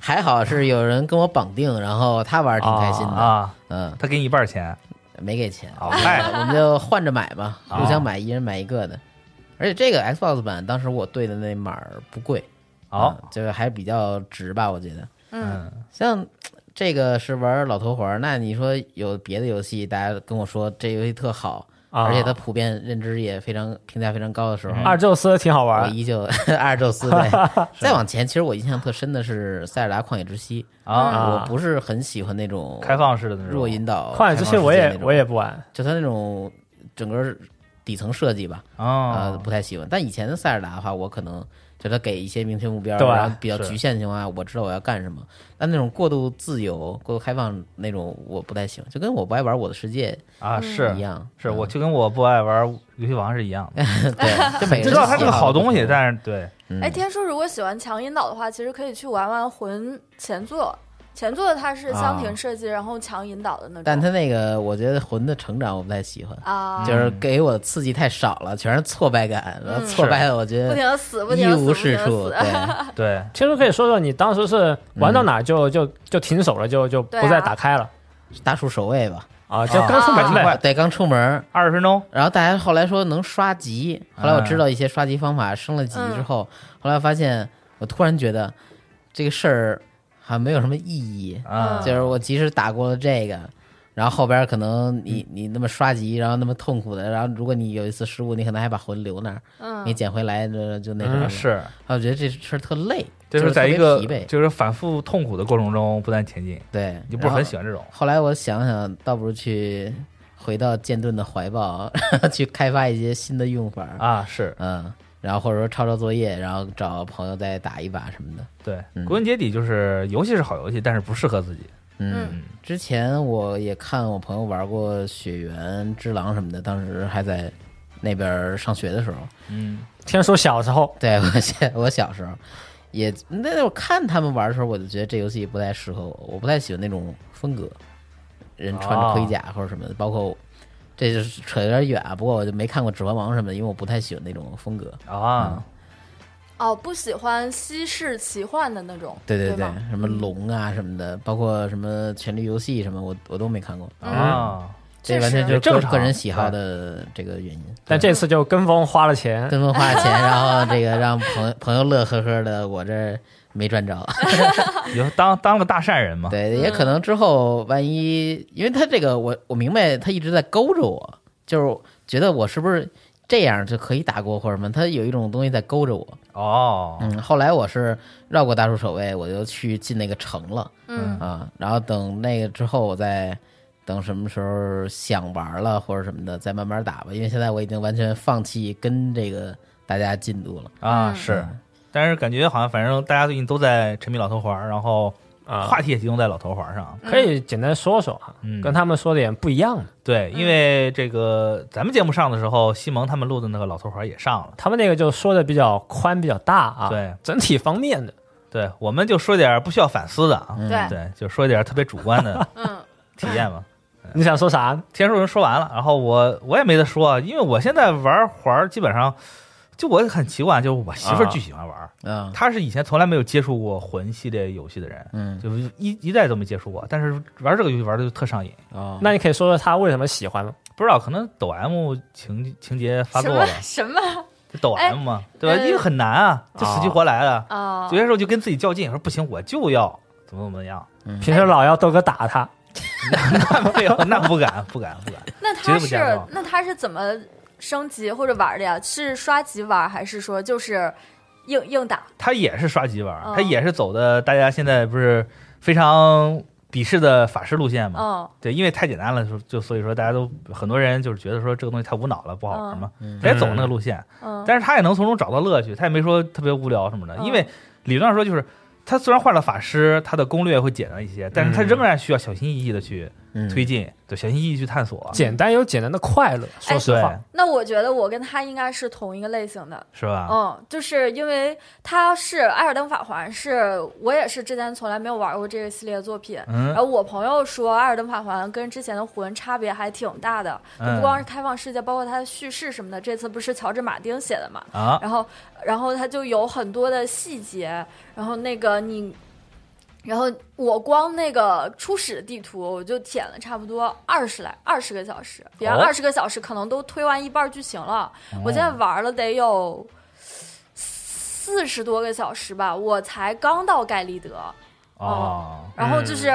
Speaker 3: 还好是有人跟我绑定，然后他玩儿挺开心的，
Speaker 4: 啊，
Speaker 3: 嗯，
Speaker 4: 他给你一半钱，
Speaker 3: 没给钱，
Speaker 4: 好嗨，
Speaker 3: 我们就换着买嘛，
Speaker 4: 哦
Speaker 3: 互相买，一人买一个的。而且这个 Xbox 版当时我对的那码儿不贵，
Speaker 4: 好
Speaker 3: 嗯，就是还比较值吧，我觉得。
Speaker 5: 嗯，
Speaker 4: 嗯，
Speaker 3: 像这个是玩老头环儿，那你说有别的游戏，大家跟我说这游戏特好，
Speaker 6: 啊嗯
Speaker 3: 而且它普遍认知也非常评价非常高的时候，
Speaker 6: 二宙斯挺好
Speaker 3: 嗯
Speaker 6: 玩
Speaker 3: 我
Speaker 6: 儿，
Speaker 3: 依旧阿尔宙斯对。再往前，其实我印象特深的是《塞尔达旷野之息》
Speaker 4: 啊，
Speaker 6: 啊
Speaker 3: 我不是很喜欢那种
Speaker 4: 开放式的那
Speaker 3: 嗯
Speaker 4: 种
Speaker 3: 弱引导
Speaker 6: 旷野之息我
Speaker 3: 开放世界
Speaker 6: 也
Speaker 3: 那种
Speaker 6: 我也不玩，
Speaker 3: 就它那种整个底层设计吧，呃，
Speaker 4: 啊，
Speaker 3: 不太喜欢。但以前的塞尔达的话，我可能就他给一些明确目标，
Speaker 6: 对
Speaker 3: 然后比较
Speaker 4: 是
Speaker 3: 局限的情况下，我知道我要干什么。但那种过度自由、过度开放那种，我不太喜欢，就跟我不爱玩《我的世界
Speaker 4: 啊，》是
Speaker 3: 一样。
Speaker 4: 是，
Speaker 3: 嗯哎
Speaker 4: 我就跟我不爱玩游戏王是一样的， (laughs)
Speaker 3: 对，就每个人
Speaker 4: 知道它是个
Speaker 3: 喜好
Speaker 4: 好
Speaker 3: 不
Speaker 4: 东西，
Speaker 3: 同
Speaker 4: 但是对，
Speaker 3: 嗯
Speaker 5: 哎，天叔如果喜欢强引导的话，其实可以去玩玩魂前作。前作它是箱庭设计，然后强引导的那种。
Speaker 3: 啊但他那个，我觉得魂的成长我不太喜欢，
Speaker 5: 啊，
Speaker 3: 就是给我的刺激太少了，全是挫败感，然后挫败的我觉
Speaker 5: 嗯不停
Speaker 3: 得
Speaker 5: 的死，不
Speaker 3: 一
Speaker 5: 停的死，
Speaker 3: 无
Speaker 5: 不
Speaker 3: 是
Speaker 5: 停的
Speaker 3: 处。
Speaker 5: 死。
Speaker 3: 对，
Speaker 4: 对，
Speaker 6: 其实可以说说你当时是玩到哪儿
Speaker 4: 嗯
Speaker 6: 就、就就停手了，就就
Speaker 5: 对
Speaker 6: 不再
Speaker 5: 啊
Speaker 6: 打开了
Speaker 5: (laughs)
Speaker 3: 打鼠守卫吧，
Speaker 6: 啊，就刚出门呗。
Speaker 3: 对，刚出门，
Speaker 4: 二十分钟
Speaker 3: 然后大家后来说能刷级，后来我
Speaker 4: 啊
Speaker 3: 知道一些刷级方法，升了级之后，后来发现我突然觉得这个事儿好像没有什么意义，
Speaker 4: 啊
Speaker 5: 嗯，
Speaker 3: 就是我即使打过了这个。然后后边可能
Speaker 4: 嗯
Speaker 3: 你你那么刷级，然后那么痛苦的，然后如果你有一次失误，你可能还把魂留那儿，你
Speaker 5: 嗯，
Speaker 3: 捡回来就就那什么了。
Speaker 6: 嗯
Speaker 4: 是，
Speaker 3: 啊，我觉得这事儿特累，
Speaker 4: 就是是在一
Speaker 3: 特
Speaker 4: 个
Speaker 3: 别疲惫。
Speaker 4: 就是反复痛苦的过程中不断前进，
Speaker 3: 对，
Speaker 4: 你就不是
Speaker 3: 然后
Speaker 4: 很喜欢这种。
Speaker 3: 后来我想想，倒不如去回到剑盾的怀抱， (laughs) 去开发一些新的用法。
Speaker 4: 啊，是
Speaker 3: 嗯，然后或者说抄抄作业，然后找朋友再打一把什么的。
Speaker 4: 对，
Speaker 3: 嗯
Speaker 4: 归根结底就是游戏是好游戏，但是不适合自己。
Speaker 3: 嗯，
Speaker 4: 嗯，
Speaker 3: 之前我也看我朋友玩过《雪原之狼》什么的，当时还在那边上学的时候，
Speaker 4: 嗯，
Speaker 6: 天叔小时候
Speaker 3: 对我小 (laughs) 我小时候也那我看他们玩的时候，我就觉得这游戏不太适合我，我不太喜欢那种风格，人穿着盔甲或者什么的，包括。这就是扯有点远啊，不过我就没看过《指环王》什么的，因为我不太喜欢那种风格。
Speaker 4: 啊，
Speaker 5: 哦，不喜欢西式奇幻的那种。
Speaker 3: 对对
Speaker 5: 对
Speaker 3: 对，
Speaker 5: 吗
Speaker 3: 什么龙啊什么的，包括什么权力游戏什么，我我都没看过。
Speaker 4: 啊，
Speaker 3: 这
Speaker 5: 确
Speaker 3: 完全
Speaker 5: 实
Speaker 3: 就是
Speaker 4: 正
Speaker 3: 个
Speaker 4: 常
Speaker 3: 个人喜好的这个原因。
Speaker 6: 但这次就跟风花了钱，
Speaker 3: 跟风花钱，然后这个让朋友朋友乐呵呵的，我这儿没赚着。
Speaker 4: 以后当当个大善人嘛。
Speaker 3: 对，也可能之后万一，因为他这个我我明白，他一直在勾着我，就是觉得我是不是这样就可以打过或者什么，他有一种东西在勾着我。
Speaker 4: 哦，
Speaker 3: 嗯，后来我是绕过大树守卫，我就去进那个城了。
Speaker 5: 嗯
Speaker 3: 啊，然后等那个之后，我再等什么时候想玩了或者什么的，再慢慢打吧。因为现在我已经完全放弃跟这个大家进度了。
Speaker 4: 啊
Speaker 5: 嗯
Speaker 4: 是，但是感觉好像反正大家最近都在沉迷老头环儿，然后
Speaker 6: 啊
Speaker 4: 话题也集中在老头环儿上。
Speaker 6: 可以简单说说啊，
Speaker 4: 嗯
Speaker 6: 跟他们说的也不一样。
Speaker 4: 对，因为这个咱们节目上的时候，西蒙他们录的那个老头环儿也上了。
Speaker 6: 他们那个就说的比较宽、比较大啊，
Speaker 4: 对，
Speaker 6: 整体方面的。
Speaker 4: 对，我们就说点儿不需要反思的啊，
Speaker 3: 嗯
Speaker 5: 对
Speaker 4: 对，就说点儿特别主观的
Speaker 5: (laughs) 嗯
Speaker 4: 体验嘛。
Speaker 6: 你想说
Speaker 4: 嗯
Speaker 6: 啥？
Speaker 4: 天书人说完了，然后我我也没得说，啊，因为我现在玩环儿基本上就我很奇怪，就我媳妇儿
Speaker 6: 啊
Speaker 4: 巨喜欢玩儿，
Speaker 3: 啊，
Speaker 4: 她是以前从来没有接触过魂系列游戏的人，
Speaker 3: 嗯
Speaker 4: 就一一代都没接触过，但是玩这个游戏玩的就特上瘾。
Speaker 3: 哦，
Speaker 6: 那你可以说说他为什么喜欢吗？
Speaker 4: 不知道，可能抖 M 情情节发
Speaker 5: 什
Speaker 4: 作
Speaker 5: 么
Speaker 4: 了，
Speaker 3: (laughs)
Speaker 5: 什么
Speaker 4: 就抖
Speaker 5: 哎
Speaker 4: M 嘛，对吧？
Speaker 5: 呃
Speaker 4: 因为很难啊，就死去活来的。
Speaker 5: 啊
Speaker 4: 有？些时候就跟自己较劲，说不行，我就要怎么怎么样。 (laughs)
Speaker 6: 平时老要豆哥打他，
Speaker 4: 嗯那没有，那不敢，不敢，不敢。
Speaker 5: 那
Speaker 4: 绝对
Speaker 5: 他
Speaker 4: 不
Speaker 5: 是
Speaker 4: 加
Speaker 3: 啊
Speaker 4: 入
Speaker 5: 那他是怎么升级或者玩的呀？是刷级玩，还是说就是硬硬打？
Speaker 4: 他也是刷级玩儿，
Speaker 5: 嗯
Speaker 4: 他也是走的大家现在不是非常鄙视的法师路线嘛？
Speaker 5: 嗯
Speaker 4: 对，因为太简单了，就就所以说大家都很多人就是觉得说这个东西太无脑了，不好玩嘛，
Speaker 5: 哦
Speaker 3: 嗯
Speaker 4: 他也走那个路线，
Speaker 5: 嗯，
Speaker 4: 但是他也能从中找到乐趣，他也没说特别无聊什么的，
Speaker 5: 嗯
Speaker 4: 因为理论上说就是。他虽然换了法师，他的攻略会简单一些，但是他仍然需要小心翼翼的去
Speaker 3: 嗯
Speaker 4: 推进，对，小心翼翼地去探索，
Speaker 6: 简单有简单的快乐。
Speaker 5: 哎
Speaker 6: 说实
Speaker 4: 对
Speaker 6: 话，，
Speaker 5: 那我觉得我跟他应该是同一个类型的，
Speaker 4: 是吧？
Speaker 5: 嗯，就是因为他是《艾尔登法环》，是我也是之前从来没有玩过这个系列作品。
Speaker 4: 嗯
Speaker 5: 然后我朋友说，《艾尔登法环》跟之前的魂差别还挺大的，就
Speaker 4: 嗯
Speaker 5: 不光是开放世界，包括它的叙事什么的。这次不是乔治马丁写的嘛，
Speaker 4: 啊，
Speaker 5: 然后然后它就有很多的细节，然后那个你。然后我光那个初始地图我就舔了差不多二十来二十个小时，别人
Speaker 4: 哦
Speaker 5: 二十个小时可能都推完一半剧情了。我现在玩了得有四十多个小时吧，我才刚到盖利德，
Speaker 4: 哦，
Speaker 5: 然后就是、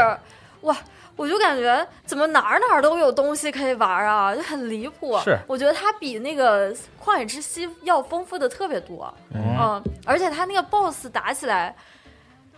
Speaker 5: 哇，我就感觉怎么哪儿哪儿都有东西可以玩啊，就很离谱。
Speaker 4: 是
Speaker 5: 我觉得它比那个《旷野之息》要丰富的特别多。
Speaker 4: 嗯
Speaker 5: 嗯，而且它那个 BOSS 打起来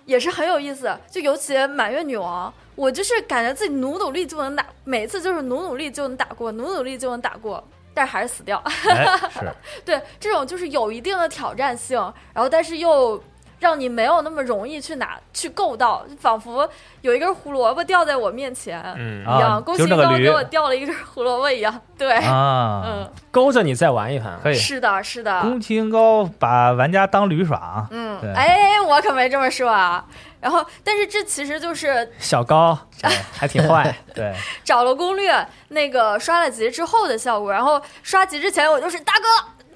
Speaker 5: 也是很有意思，就尤其满月女王。我就是感觉自己努努力就能打，每次就是努努力就能打过，努努力就能打过，但是还是死掉。 (laughs)
Speaker 4: 哎，是，
Speaker 5: 对，这种就是有一定的挑战性，然后但是又让你没有那么容易去拿去够到，仿佛有一根胡萝卜掉在我面前、
Speaker 6: 嗯
Speaker 4: 啊
Speaker 5: 一样，恭喜
Speaker 4: 就那
Speaker 5: 刚
Speaker 4: 个
Speaker 5: 刚给
Speaker 4: 驴
Speaker 5: 我掉了一根胡萝卜一样。对，
Speaker 4: 啊，
Speaker 5: 嗯，
Speaker 6: 勾着你再玩一盘。
Speaker 4: 可以。
Speaker 5: 是的，是的，
Speaker 4: 宫崎英高把玩家当驴耍啊，
Speaker 5: 嗯
Speaker 4: 对，
Speaker 5: 哎，我可没这么说啊。然后，但是这其实就是
Speaker 6: 小高
Speaker 4: 哎
Speaker 6: 还挺坏，
Speaker 4: 对，
Speaker 5: 找了攻略，那个刷了级之后的效果。然后刷级之前，我就是大哥，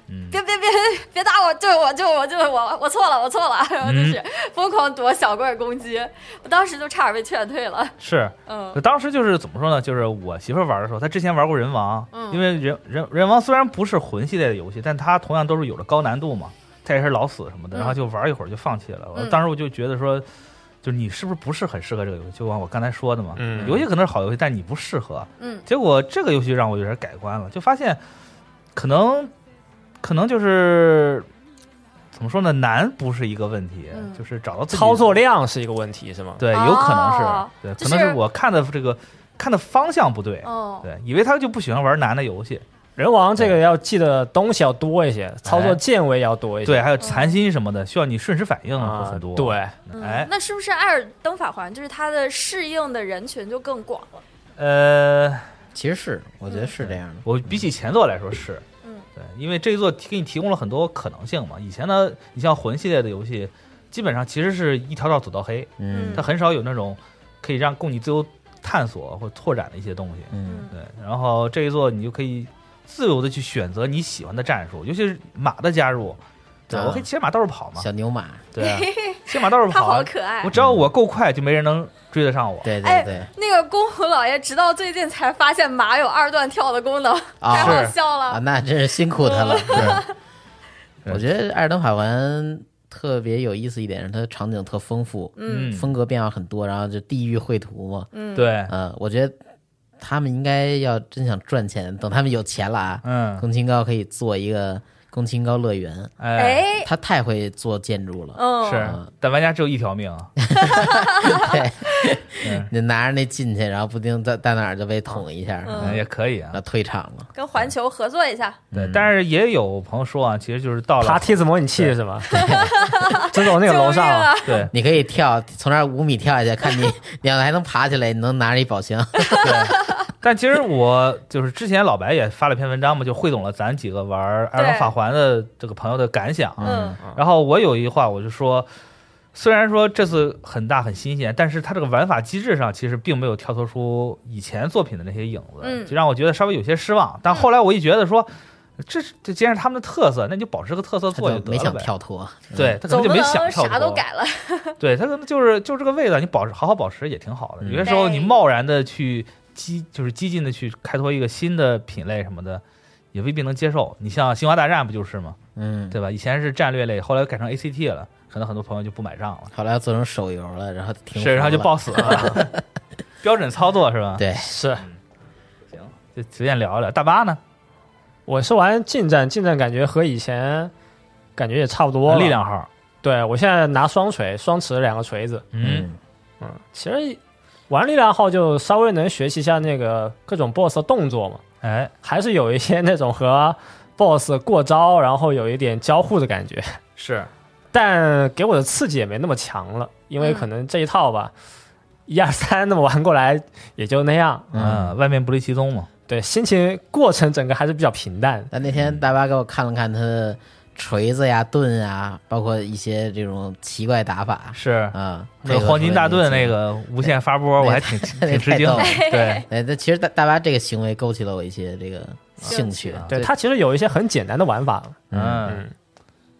Speaker 4: 嗯，
Speaker 5: 别别别别打我！就是我，就是我，就是我，我错了，我错了，然后就是疯狂躲小怪攻击，我当时就差点被劝退了。
Speaker 4: 是，
Speaker 5: 嗯
Speaker 4: 就当时就是怎么说呢？就是我媳妇儿玩的时候，她之前玩过人王，
Speaker 5: 嗯
Speaker 4: 因为人人人王虽然不是魂系列的游戏，但它同样都是有着高难度嘛，她也是老死什么的，
Speaker 5: 嗯
Speaker 4: 然后就玩一会儿就放弃了。我
Speaker 5: 嗯
Speaker 4: 当时我就觉得说，就是你是不是不是很适合这个游戏？就像我刚才说的嘛，
Speaker 6: 嗯
Speaker 4: 游戏可能是好游戏，但你不适合。
Speaker 5: 嗯
Speaker 4: 结果这个游戏让我有点改观了，就发现可能可能就是怎么说呢，难不是一个问题，
Speaker 5: 嗯
Speaker 4: 就是找 (laughs) 到自己
Speaker 6: 操作量是一个问题，是吗？
Speaker 4: 对，有可能是、
Speaker 5: 哦
Speaker 4: 对，
Speaker 5: 就
Speaker 4: 可能是
Speaker 5: 是
Speaker 4: 我看的这个看的方向不对，
Speaker 5: 哦，
Speaker 4: 对，以为他就不喜欢玩难的游戏，
Speaker 6: 人王这个要记得东西要多一些，操作键位要多一些。
Speaker 4: 哎对，还有残心什么的，需要你瞬时反应会
Speaker 6: 啊
Speaker 4: 很，多，
Speaker 6: 对，
Speaker 5: 嗯，
Speaker 4: 哎，
Speaker 5: 那是不是《艾尔登法环》就是它的适应的人群就更广了？
Speaker 4: 呃，
Speaker 3: 其实是，我觉得是这样的。
Speaker 4: 我比起前作来说是，
Speaker 5: 嗯，
Speaker 4: 对，因为这一座给你提供了很多可能性嘛，以前呢，你像魂系列的游戏，基本上其实是一条道走到黑，
Speaker 3: 嗯
Speaker 5: 嗯
Speaker 4: 它很少有那种可以让供你自由探索或拓展的一些东西。
Speaker 3: 嗯
Speaker 5: 嗯
Speaker 4: 对，然后这一座你就可以自由的去选择你喜欢的战术，尤其是马的加入，对
Speaker 3: 啊
Speaker 4: 我可以骑着马到处跑嘛，
Speaker 3: 小牛马，
Speaker 4: 对
Speaker 5: (laughs)
Speaker 4: 啊，骑着马到处
Speaker 5: 它
Speaker 4: 跑
Speaker 5: 好
Speaker 4: 啊，
Speaker 5: 可爱
Speaker 4: 我。只要我够快，就没人能追得上我。
Speaker 3: 对
Speaker 5: 哎
Speaker 3: 对对，
Speaker 5: 那个公虎老爷直到最近才发现马有二段跳的功能，
Speaker 3: 啊
Speaker 5: 太好
Speaker 4: 是
Speaker 5: 笑
Speaker 3: 啊，
Speaker 5: 了。嗯
Speaker 3: 那真是辛苦他了。 (laughs)
Speaker 4: 对
Speaker 3: 我觉得《艾尔登法环》特别有意思一点是它场景特丰富，
Speaker 5: 嗯
Speaker 3: 风格变化很多，然后就地域绘图嘛，
Speaker 5: 嗯，
Speaker 4: 对，
Speaker 3: 嗯，我觉得他们应该要真想赚钱，等他们有钱了啊，
Speaker 4: 嗯，
Speaker 3: 宫崎英高可以做一个宫崎英高乐园，
Speaker 4: 哎，
Speaker 5: 哎，
Speaker 3: 他太会做建筑了。
Speaker 5: 嗯，
Speaker 4: 是，但玩家只有一条命啊，
Speaker 3: 你拿着那进去，然后不定在在哪儿就被捅一下，
Speaker 5: 嗯
Speaker 4: 嗯也可以啊
Speaker 3: 然后。退场了。
Speaker 5: 跟环球合作一下，
Speaker 4: 对，但是也有朋友说啊，其实就是到
Speaker 6: 爬
Speaker 4: 了
Speaker 6: 梯子模拟器
Speaker 4: (laughs)
Speaker 6: 是吗？就走那个楼上
Speaker 5: (laughs) 救命啊
Speaker 6: 了，
Speaker 4: 对
Speaker 3: 你可以跳，从那儿五米跳下去，
Speaker 5: (laughs)
Speaker 3: 看你你要还能爬起来，你能拿着一宝箱。
Speaker 4: 哎但其实我就是之前老白也发了篇文章嘛，就汇总了咱几个玩《艾尔登法环》的这个朋友的感想。啊
Speaker 5: 嗯
Speaker 3: 啊
Speaker 4: 然后我有一句话，我就说，虽然说这次很大很新鲜，但是它这个玩法机制上其实并没有跳脱出以前作品的那些影子，
Speaker 5: 嗯
Speaker 4: 就让我觉得稍微有些失望。但后来我一觉得说，这是这既然是他们的特色，那你就保持个特色
Speaker 3: 他
Speaker 4: 做就
Speaker 3: 就
Speaker 4: 得
Speaker 3: 没
Speaker 4: 了
Speaker 3: 想
Speaker 4: 呗。
Speaker 3: 跳脱，嗯
Speaker 4: 对，他可
Speaker 5: 总
Speaker 4: 能就
Speaker 5: 不
Speaker 4: 没
Speaker 5: 能
Speaker 4: 想跳脱
Speaker 5: 啥都改了。
Speaker 4: 对他可能就是就是这个味道，你保持好好保持也挺好的。
Speaker 3: 嗯
Speaker 4: 有些时候
Speaker 5: 对
Speaker 4: 你贸然的去激，就是激进的去开拓一个新的品类什么的，也未必能接受。你像《星华大战》不就是吗？
Speaker 3: 嗯，
Speaker 4: 对吧？以前是战略类，后来改成 ACT 了，可能很多朋友就不买账了，
Speaker 3: 后来做成手游了，然后挺
Speaker 4: 是，然后就
Speaker 3: 爆
Speaker 4: 暴死了。标准操作是吧？，
Speaker 3: 对，
Speaker 6: 是
Speaker 4: 行，就随便聊一聊。大巴呢？
Speaker 6: 我是玩近战，近战感觉和以前感觉也差不多了。
Speaker 4: 力量号，
Speaker 6: 对我现在拿双锤、双持两个锤子，
Speaker 4: 嗯，，
Speaker 6: 嗯，其实玩力量号就稍微能学习一下那个各种 BOSS 的动作嘛，
Speaker 4: 哎，
Speaker 6: 还是有一些那种和 BOSS 过招，然后有一点交互的感觉，
Speaker 4: 是
Speaker 6: 但给我的刺激也没那么强了，因
Speaker 4: 嗯
Speaker 6: 为可能这一套吧，一二三那么玩过来也就那样。
Speaker 3: 嗯，
Speaker 4: 嗯，外面不离其宗嘛，
Speaker 6: 对，心情过程整个还是比较平淡。
Speaker 3: 但那
Speaker 4: 嗯
Speaker 3: 天大巴给我看了看他的锤子呀、盾呀，包括一些这种奇怪打法
Speaker 4: 是
Speaker 3: 啊，
Speaker 4: 嗯那个黄金大盾那，个无限发波，我还挺
Speaker 3: 那个
Speaker 4: 挺吃惊的
Speaker 3: 太。 (laughs)
Speaker 4: 对，
Speaker 3: 哎，那其实大大巴这个行为勾起了我一些这个兴
Speaker 5: 兴趣啊
Speaker 3: 趣，
Speaker 6: 对，它其实有一些很简单的玩法，
Speaker 4: 嗯，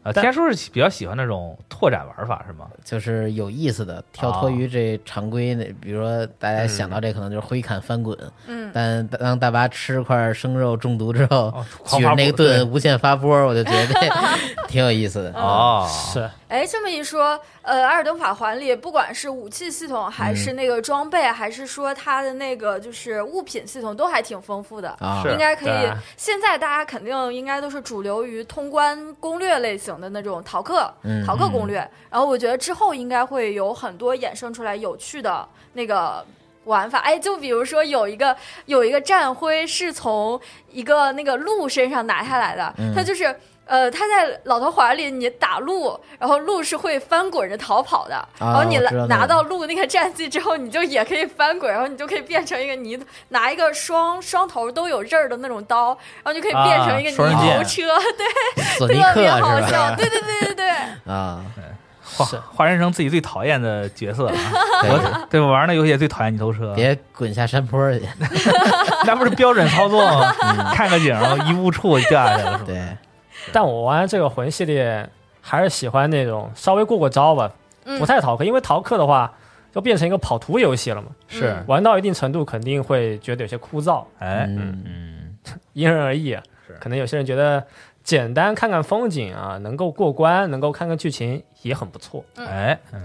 Speaker 4: 啊，
Speaker 6: 但
Speaker 4: 天叔是比较喜欢那种拓展玩法是吗？
Speaker 3: 就是有意思的，跳脱于这常规的，比如说大家想到
Speaker 4: 嗯
Speaker 3: 这可能就是挥砍翻滚，
Speaker 5: 嗯，
Speaker 3: 但当大巴吃块生肉中毒之后，
Speaker 4: 哦
Speaker 3: 举
Speaker 4: 狂
Speaker 3: 着
Speaker 4: 发
Speaker 3: 那个
Speaker 4: 波对
Speaker 3: 盾无限发波，我就觉得 (laughs) 这挺有意思
Speaker 5: 嗯
Speaker 3: 的。
Speaker 4: 哦，
Speaker 6: 是
Speaker 5: 哎，这么一说，呃，《艾尔登法环》里不管是武器系统，还
Speaker 4: 嗯
Speaker 5: 是那个装备，还是说它的那个就是物品系统，都还挺丰富的。
Speaker 3: 啊，
Speaker 4: 是
Speaker 5: 应该可
Speaker 6: 对
Speaker 5: 以
Speaker 6: 啊。
Speaker 5: 现在大家肯定应该都是主流于通关攻略类型的那种逃课、
Speaker 3: 嗯
Speaker 5: 逃课攻略。然后我觉得之后应该会有很多衍生出来有趣的那个。玩法哎，就比如说有一个有一个战徽是从一个那个鹿身上拿下来的，
Speaker 3: 嗯
Speaker 5: 它就是呃，它在老头环里你打鹿，然后鹿是会翻滚着逃跑的，然后你
Speaker 3: 啊我
Speaker 5: 拿
Speaker 3: 知道那
Speaker 5: 拿
Speaker 3: 个
Speaker 5: 到鹿那个战绩之后，你就也可以翻滚，然后你就可以变成一个泥，拿一个双双头都有刃儿的那种刀，然后就可以变成一个
Speaker 4: 啊双刃
Speaker 5: 泥头
Speaker 4: 剑
Speaker 5: 车，
Speaker 3: 索
Speaker 5: 对，
Speaker 3: 尼
Speaker 5: 特
Speaker 3: 克
Speaker 5: 别好
Speaker 3: 是
Speaker 5: 笑，
Speaker 3: 吧？
Speaker 5: 对对对对对，
Speaker 3: 啊，
Speaker 4: 化化身成自己最讨厌的角色了。啊
Speaker 3: 对
Speaker 4: 我对我玩那游戏也最讨厌你头车，
Speaker 3: 别滚下山坡去。
Speaker 4: (laughs) 那不是标准操作
Speaker 6: (laughs)
Speaker 4: 吗？嗯看个景，然后一误触就掉下去了，是吧？
Speaker 3: 对，
Speaker 6: 但我玩这个魂系列还是喜欢那种稍微过过招吧，
Speaker 5: 嗯
Speaker 6: 不太逃课，因为逃课的话就变成一个跑图游戏了嘛，
Speaker 4: 是，
Speaker 6: 玩到一定程度肯定会觉得有些枯燥，
Speaker 4: 哎，
Speaker 3: 嗯，
Speaker 4: 嗯，
Speaker 6: 因人而异啊
Speaker 4: 是。
Speaker 6: 可能有些人觉得简单看看风景啊，能够过关，能够看看剧情也很不错，
Speaker 4: 哎，嗯，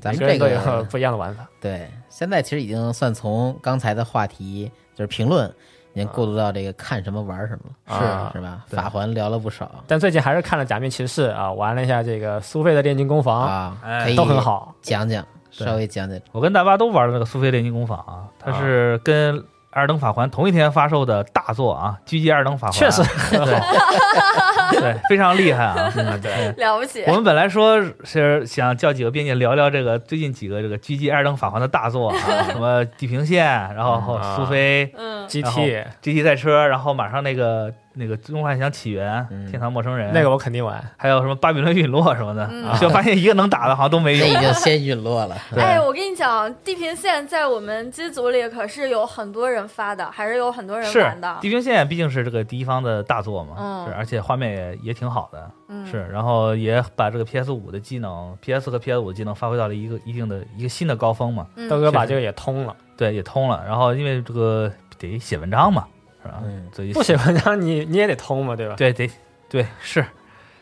Speaker 3: 咱
Speaker 6: 每
Speaker 3: 们这
Speaker 6: 个人都有
Speaker 4: (laughs)
Speaker 3: 个
Speaker 6: 不一样的玩法。
Speaker 3: 对，现在其实已经算从刚才的话题就是评论，已经过渡到这个看什么玩什么了，
Speaker 6: 啊
Speaker 3: 是是吧？
Speaker 4: 啊对
Speaker 3: 法环聊了不少
Speaker 6: 但最近还是看了《假面骑士》啊，玩了一下这个苏菲的炼金工坊，
Speaker 3: 啊，
Speaker 4: 哎
Speaker 3: 可以
Speaker 6: 都很好。
Speaker 3: 讲讲，稍微讲讲。
Speaker 4: 我跟大巴都玩了那个苏菲炼金工坊啊，它是跟《二等法环》同一天发售的大作啊，《狙击二等法环》
Speaker 6: 确实，
Speaker 4: 对，对，非常厉
Speaker 6: (laughs)
Speaker 4: 害啊。
Speaker 6: 对，
Speaker 5: 了不起
Speaker 4: 我，们本来说是想叫几个编辑聊聊这个最近几个这个狙击二等法环的大
Speaker 6: (laughs)
Speaker 4: 作啊，什么《地平线》，然后
Speaker 6: 嗯啊
Speaker 4: 苏菲
Speaker 5: 嗯，
Speaker 4: 然
Speaker 6: GT
Speaker 4: 后 GT 赛车，然后马上那个那个《最终幻想起源》
Speaker 3: 嗯
Speaker 4: 天堂陌生人》
Speaker 6: 那个我肯定玩。
Speaker 4: 还有什么《巴比伦陨落》什么的，啊
Speaker 5: 嗯
Speaker 4: 就发现一个能打的好像都没
Speaker 3: 这
Speaker 4: 有
Speaker 3: 已。经先陨落了，嗯
Speaker 4: 哎 (laughs) 对
Speaker 5: 哎，我跟你讲，地平线在我们机组里可是有很多人发的，还是有很多人
Speaker 4: 是
Speaker 5: 玩的
Speaker 4: 《地，平线》毕竟是这个第一方的大作嘛，
Speaker 5: 嗯
Speaker 4: 是而且画面也也挺好的，
Speaker 5: 嗯，
Speaker 4: 是，然后也把这个 PS 五的技能，PS 和 PS 五技能发挥到了一个一定的一个新的高峰嘛，
Speaker 5: 嗯
Speaker 6: 豆哥把这个也通了，
Speaker 4: 对，也通了。然后因为这个得写文章嘛，是吧？
Speaker 3: 嗯
Speaker 4: 所以
Speaker 6: 不写文章你你也得通嘛，对吧
Speaker 4: 对得对是。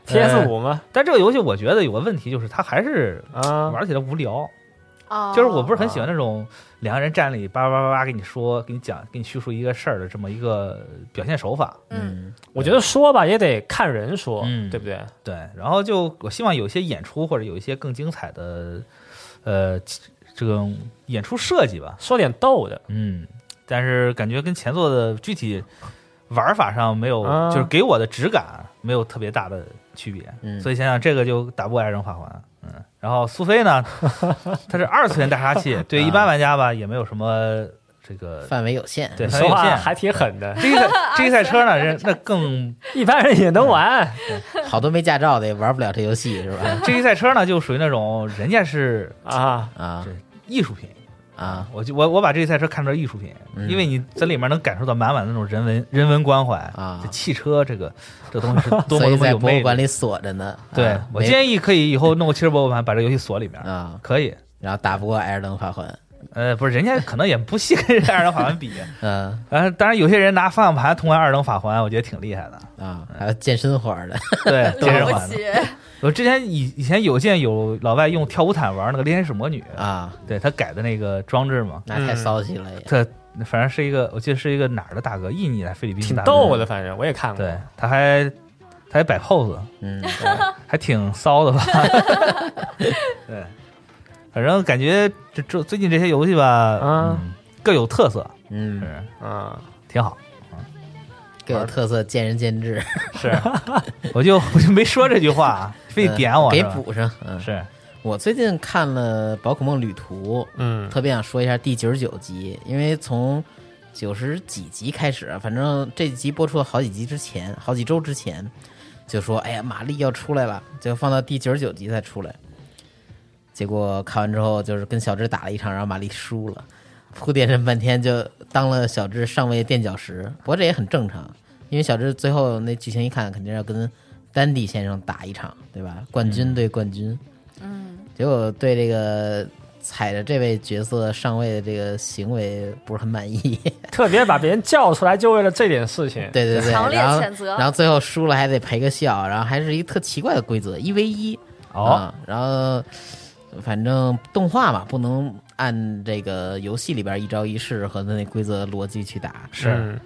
Speaker 6: ？PS
Speaker 4: 呃，
Speaker 6: 五嘛，
Speaker 4: 但这个游戏我觉得有个问题，就是它还是
Speaker 6: 啊，
Speaker 4: 玩起来无聊。
Speaker 5: 哦
Speaker 4: 就是我不是很喜欢那种两个人站里叭叭叭叭给你说、给你讲、给你叙述一个事儿的这么一个表现手法。
Speaker 5: 嗯，
Speaker 3: 嗯，
Speaker 6: 我觉得说吧也得看人说，
Speaker 4: 嗯
Speaker 6: 对不对？
Speaker 4: 对，然后就我希望有一些演出或者有一些更精彩的，呃，这种演出设计吧。
Speaker 6: 说点逗的，
Speaker 4: 嗯，但是感觉跟前作的具体玩法上没有，
Speaker 6: 啊
Speaker 4: 就是给我的质感没有特别大的区别，
Speaker 3: 嗯
Speaker 4: 所以想想这个就打不过《爱人法环》。嗯，然后苏菲呢，她是二次元大杀器，对一般玩家吧也没有什么这个
Speaker 3: 范围有限，
Speaker 4: 对很
Speaker 6: 说
Speaker 4: 有
Speaker 6: 话
Speaker 4: 限。
Speaker 6: 还挺狠的，
Speaker 4: (laughs) 这一赛
Speaker 5: (laughs)
Speaker 4: 这
Speaker 5: 啊
Speaker 4: 一赛车呢，人那更
Speaker 6: 一般人也能玩。
Speaker 3: 好多没驾照的也玩不了这游
Speaker 4: (laughs) 呃
Speaker 3: 戏，是吧？
Speaker 4: 这一赛车呢就属于那种人家是
Speaker 6: 啊，
Speaker 3: 啊
Speaker 4: 这艺术品，
Speaker 3: 啊，
Speaker 4: 我就我我把这个赛车看成艺术品，
Speaker 3: 嗯
Speaker 4: 因为你在里面能感受到满满的那种人文人文关怀
Speaker 3: 啊
Speaker 4: 这汽车这个这东西
Speaker 3: (laughs)
Speaker 4: 是多么
Speaker 3: 所
Speaker 4: 多
Speaker 3: 以
Speaker 4: 么
Speaker 3: 在
Speaker 4: 有
Speaker 3: 博
Speaker 4: 魅
Speaker 3: 物馆
Speaker 4: 力。
Speaker 3: 里锁着呢。
Speaker 4: 对
Speaker 3: 啊，
Speaker 4: 我
Speaker 3: 没
Speaker 4: 建议可以以后弄个汽车博物馆，把这游戏锁里面，
Speaker 3: 啊，
Speaker 4: 可以。
Speaker 3: 然后打不过艾尔登法环，
Speaker 4: 呃，不是，人家可能也不细跟人家二等法环比， (laughs)
Speaker 3: 嗯
Speaker 4: 然后当然有些人拿方向盘通关二等法环，我觉得挺厉害的。
Speaker 3: 啊，还有健身环的，
Speaker 5: (laughs)
Speaker 4: 对，健身
Speaker 5: 了
Speaker 4: 环
Speaker 5: 不
Speaker 4: 的。
Speaker 5: 起，
Speaker 4: 我之前以以前有见有老外用跳舞毯玩那个《猎天使魔女》，
Speaker 3: 啊，
Speaker 4: 对他改的那个装置嘛，
Speaker 3: 那太
Speaker 6: 嗯
Speaker 3: 骚气了也。
Speaker 4: 他反正是一个，我记得是一个哪儿的大哥，印尼的、菲律宾
Speaker 6: 挺
Speaker 4: 大哥
Speaker 6: 逗的，反正我也看过。
Speaker 4: 对，他还他还摆 pose， (laughs)
Speaker 3: 嗯，
Speaker 4: 还挺骚
Speaker 3: (laughs)
Speaker 4: 的吧？对，反正感觉这这最近这些游戏吧，
Speaker 6: 啊
Speaker 4: 嗯，各有特色，
Speaker 3: 嗯，
Speaker 4: 是
Speaker 6: 嗯，
Speaker 4: 挺好。
Speaker 3: 各有特色，见仁见智。
Speaker 4: 是，我就我就没说这句话，啊非得点我
Speaker 3: 嗯给
Speaker 4: 是吧
Speaker 3: 补上。嗯，
Speaker 4: 是 (laughs)
Speaker 3: 我最近看了《宝可梦旅途》，
Speaker 6: 嗯
Speaker 3: 特别想说一下第九十九集，因为从九十几集开始，啊反正这集播出好几集之前，好几周之前，就说哎呀，玛丽要出来了，就放到第九十九集才出来。结果看完之后，就是跟小智打了一场，然后玛丽输了，铺垫这么半天就当了小智上位垫脚石。不过这也很正常，因为小智最后那剧情一看，肯定要跟丹帝先生打一场，对吧？冠军对冠军。结果对这个踩着这位角色上位的这个行为不是很满意。 (laughs)
Speaker 6: 特别把别人叫出来，就为了这点事情。
Speaker 3: 对对对，
Speaker 5: 强烈
Speaker 3: 然后
Speaker 5: 谴责
Speaker 3: 然后最后输了还得赔个笑，然后还是一特奇怪的规则，一 v 一。
Speaker 4: 哦，
Speaker 3: 啊，然后反正动画嘛，不能按这个游戏里边一招一式和那规则逻辑去打，
Speaker 4: 是
Speaker 6: 嗯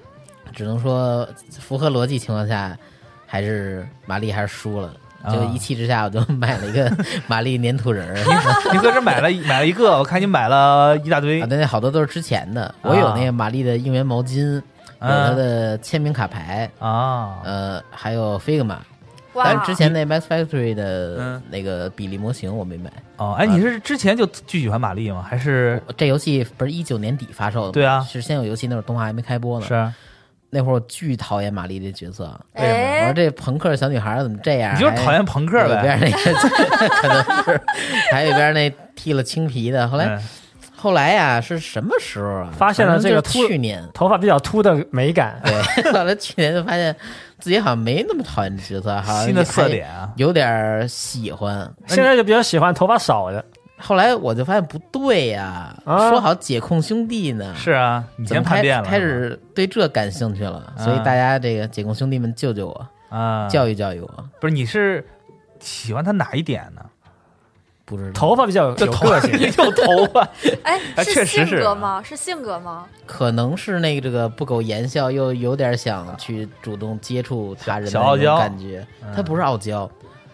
Speaker 3: 只能说符合逻辑情况下，还是玛丽还是输了。就
Speaker 4: 啊
Speaker 3: 一气之下，我就买了一个 (laughs) 玛丽粘土人
Speaker 4: (laughs)
Speaker 3: 儿。
Speaker 4: 你搁这买了买了一个，我看你买了一大堆
Speaker 3: 啊，，对，那好多都是之前的。我有那个玛丽的应援毛巾，
Speaker 4: 啊
Speaker 3: 有她的签名卡牌，
Speaker 4: 啊，
Speaker 3: 呃，还有 Figma。但
Speaker 5: 哇
Speaker 3: 是，之前那 Max Factory 的
Speaker 4: 嗯
Speaker 3: 那个比例模型我没买。
Speaker 4: 哦，
Speaker 3: 啊
Speaker 4: 哎，你是之前就巨喜欢玛丽吗？还是
Speaker 3: 这游戏不是一九年底发售的吗？
Speaker 4: 对啊
Speaker 3: 是先有游戏，那会儿动画还没开播呢。
Speaker 4: 是？啊
Speaker 3: 那会儿我巨讨厌玛丽这角色，我说
Speaker 5: 哎，
Speaker 3: 这朋克小女孩儿怎么这样？
Speaker 4: 你就是讨厌朋克
Speaker 3: 哎还有一边
Speaker 4: 呗？
Speaker 3: 那个可能是， (laughs) 还有一边那剃了青皮的。后来、
Speaker 4: 嗯
Speaker 3: 后来呀、是什么时候啊？
Speaker 6: 发现了
Speaker 3: 反正
Speaker 6: 这个
Speaker 3: 就是
Speaker 6: 秃
Speaker 3: 去年。
Speaker 6: 头发比较秃的美感。
Speaker 3: 对， (laughs) 后来去年就发现自己好像没那么讨厌这角色，好像
Speaker 4: 新的
Speaker 3: 也还
Speaker 4: 特点啊，
Speaker 3: 有点儿喜欢。
Speaker 6: 现在就比较喜欢头发少的，
Speaker 4: 嗯
Speaker 3: 后来我就发现不对呀、
Speaker 6: 啊
Speaker 3: 说好解控兄弟呢，
Speaker 4: 是啊，你
Speaker 3: 怎么
Speaker 4: 先叛
Speaker 3: 开
Speaker 4: 变了，
Speaker 3: 开始对这感兴趣了，
Speaker 4: 啊
Speaker 3: 所以大家这个解控兄弟们救救我，
Speaker 4: 啊，
Speaker 3: 教育教育我，
Speaker 4: 不是你是喜欢他哪一点呢？
Speaker 3: 不知道
Speaker 6: 头发比较有
Speaker 4: 这头
Speaker 3: (laughs)
Speaker 6: 个性。
Speaker 4: 有头发，
Speaker 3: 啊
Speaker 4: (laughs)
Speaker 5: 哎
Speaker 4: 哎，确实
Speaker 5: 是性
Speaker 4: 是
Speaker 5: 格吗？是性格吗？
Speaker 3: 可能是那个这个不苟言笑，又有点想去主动接触他人的
Speaker 4: 小小傲
Speaker 3: 那种
Speaker 4: 娇嗯
Speaker 3: 感觉。他不是傲娇，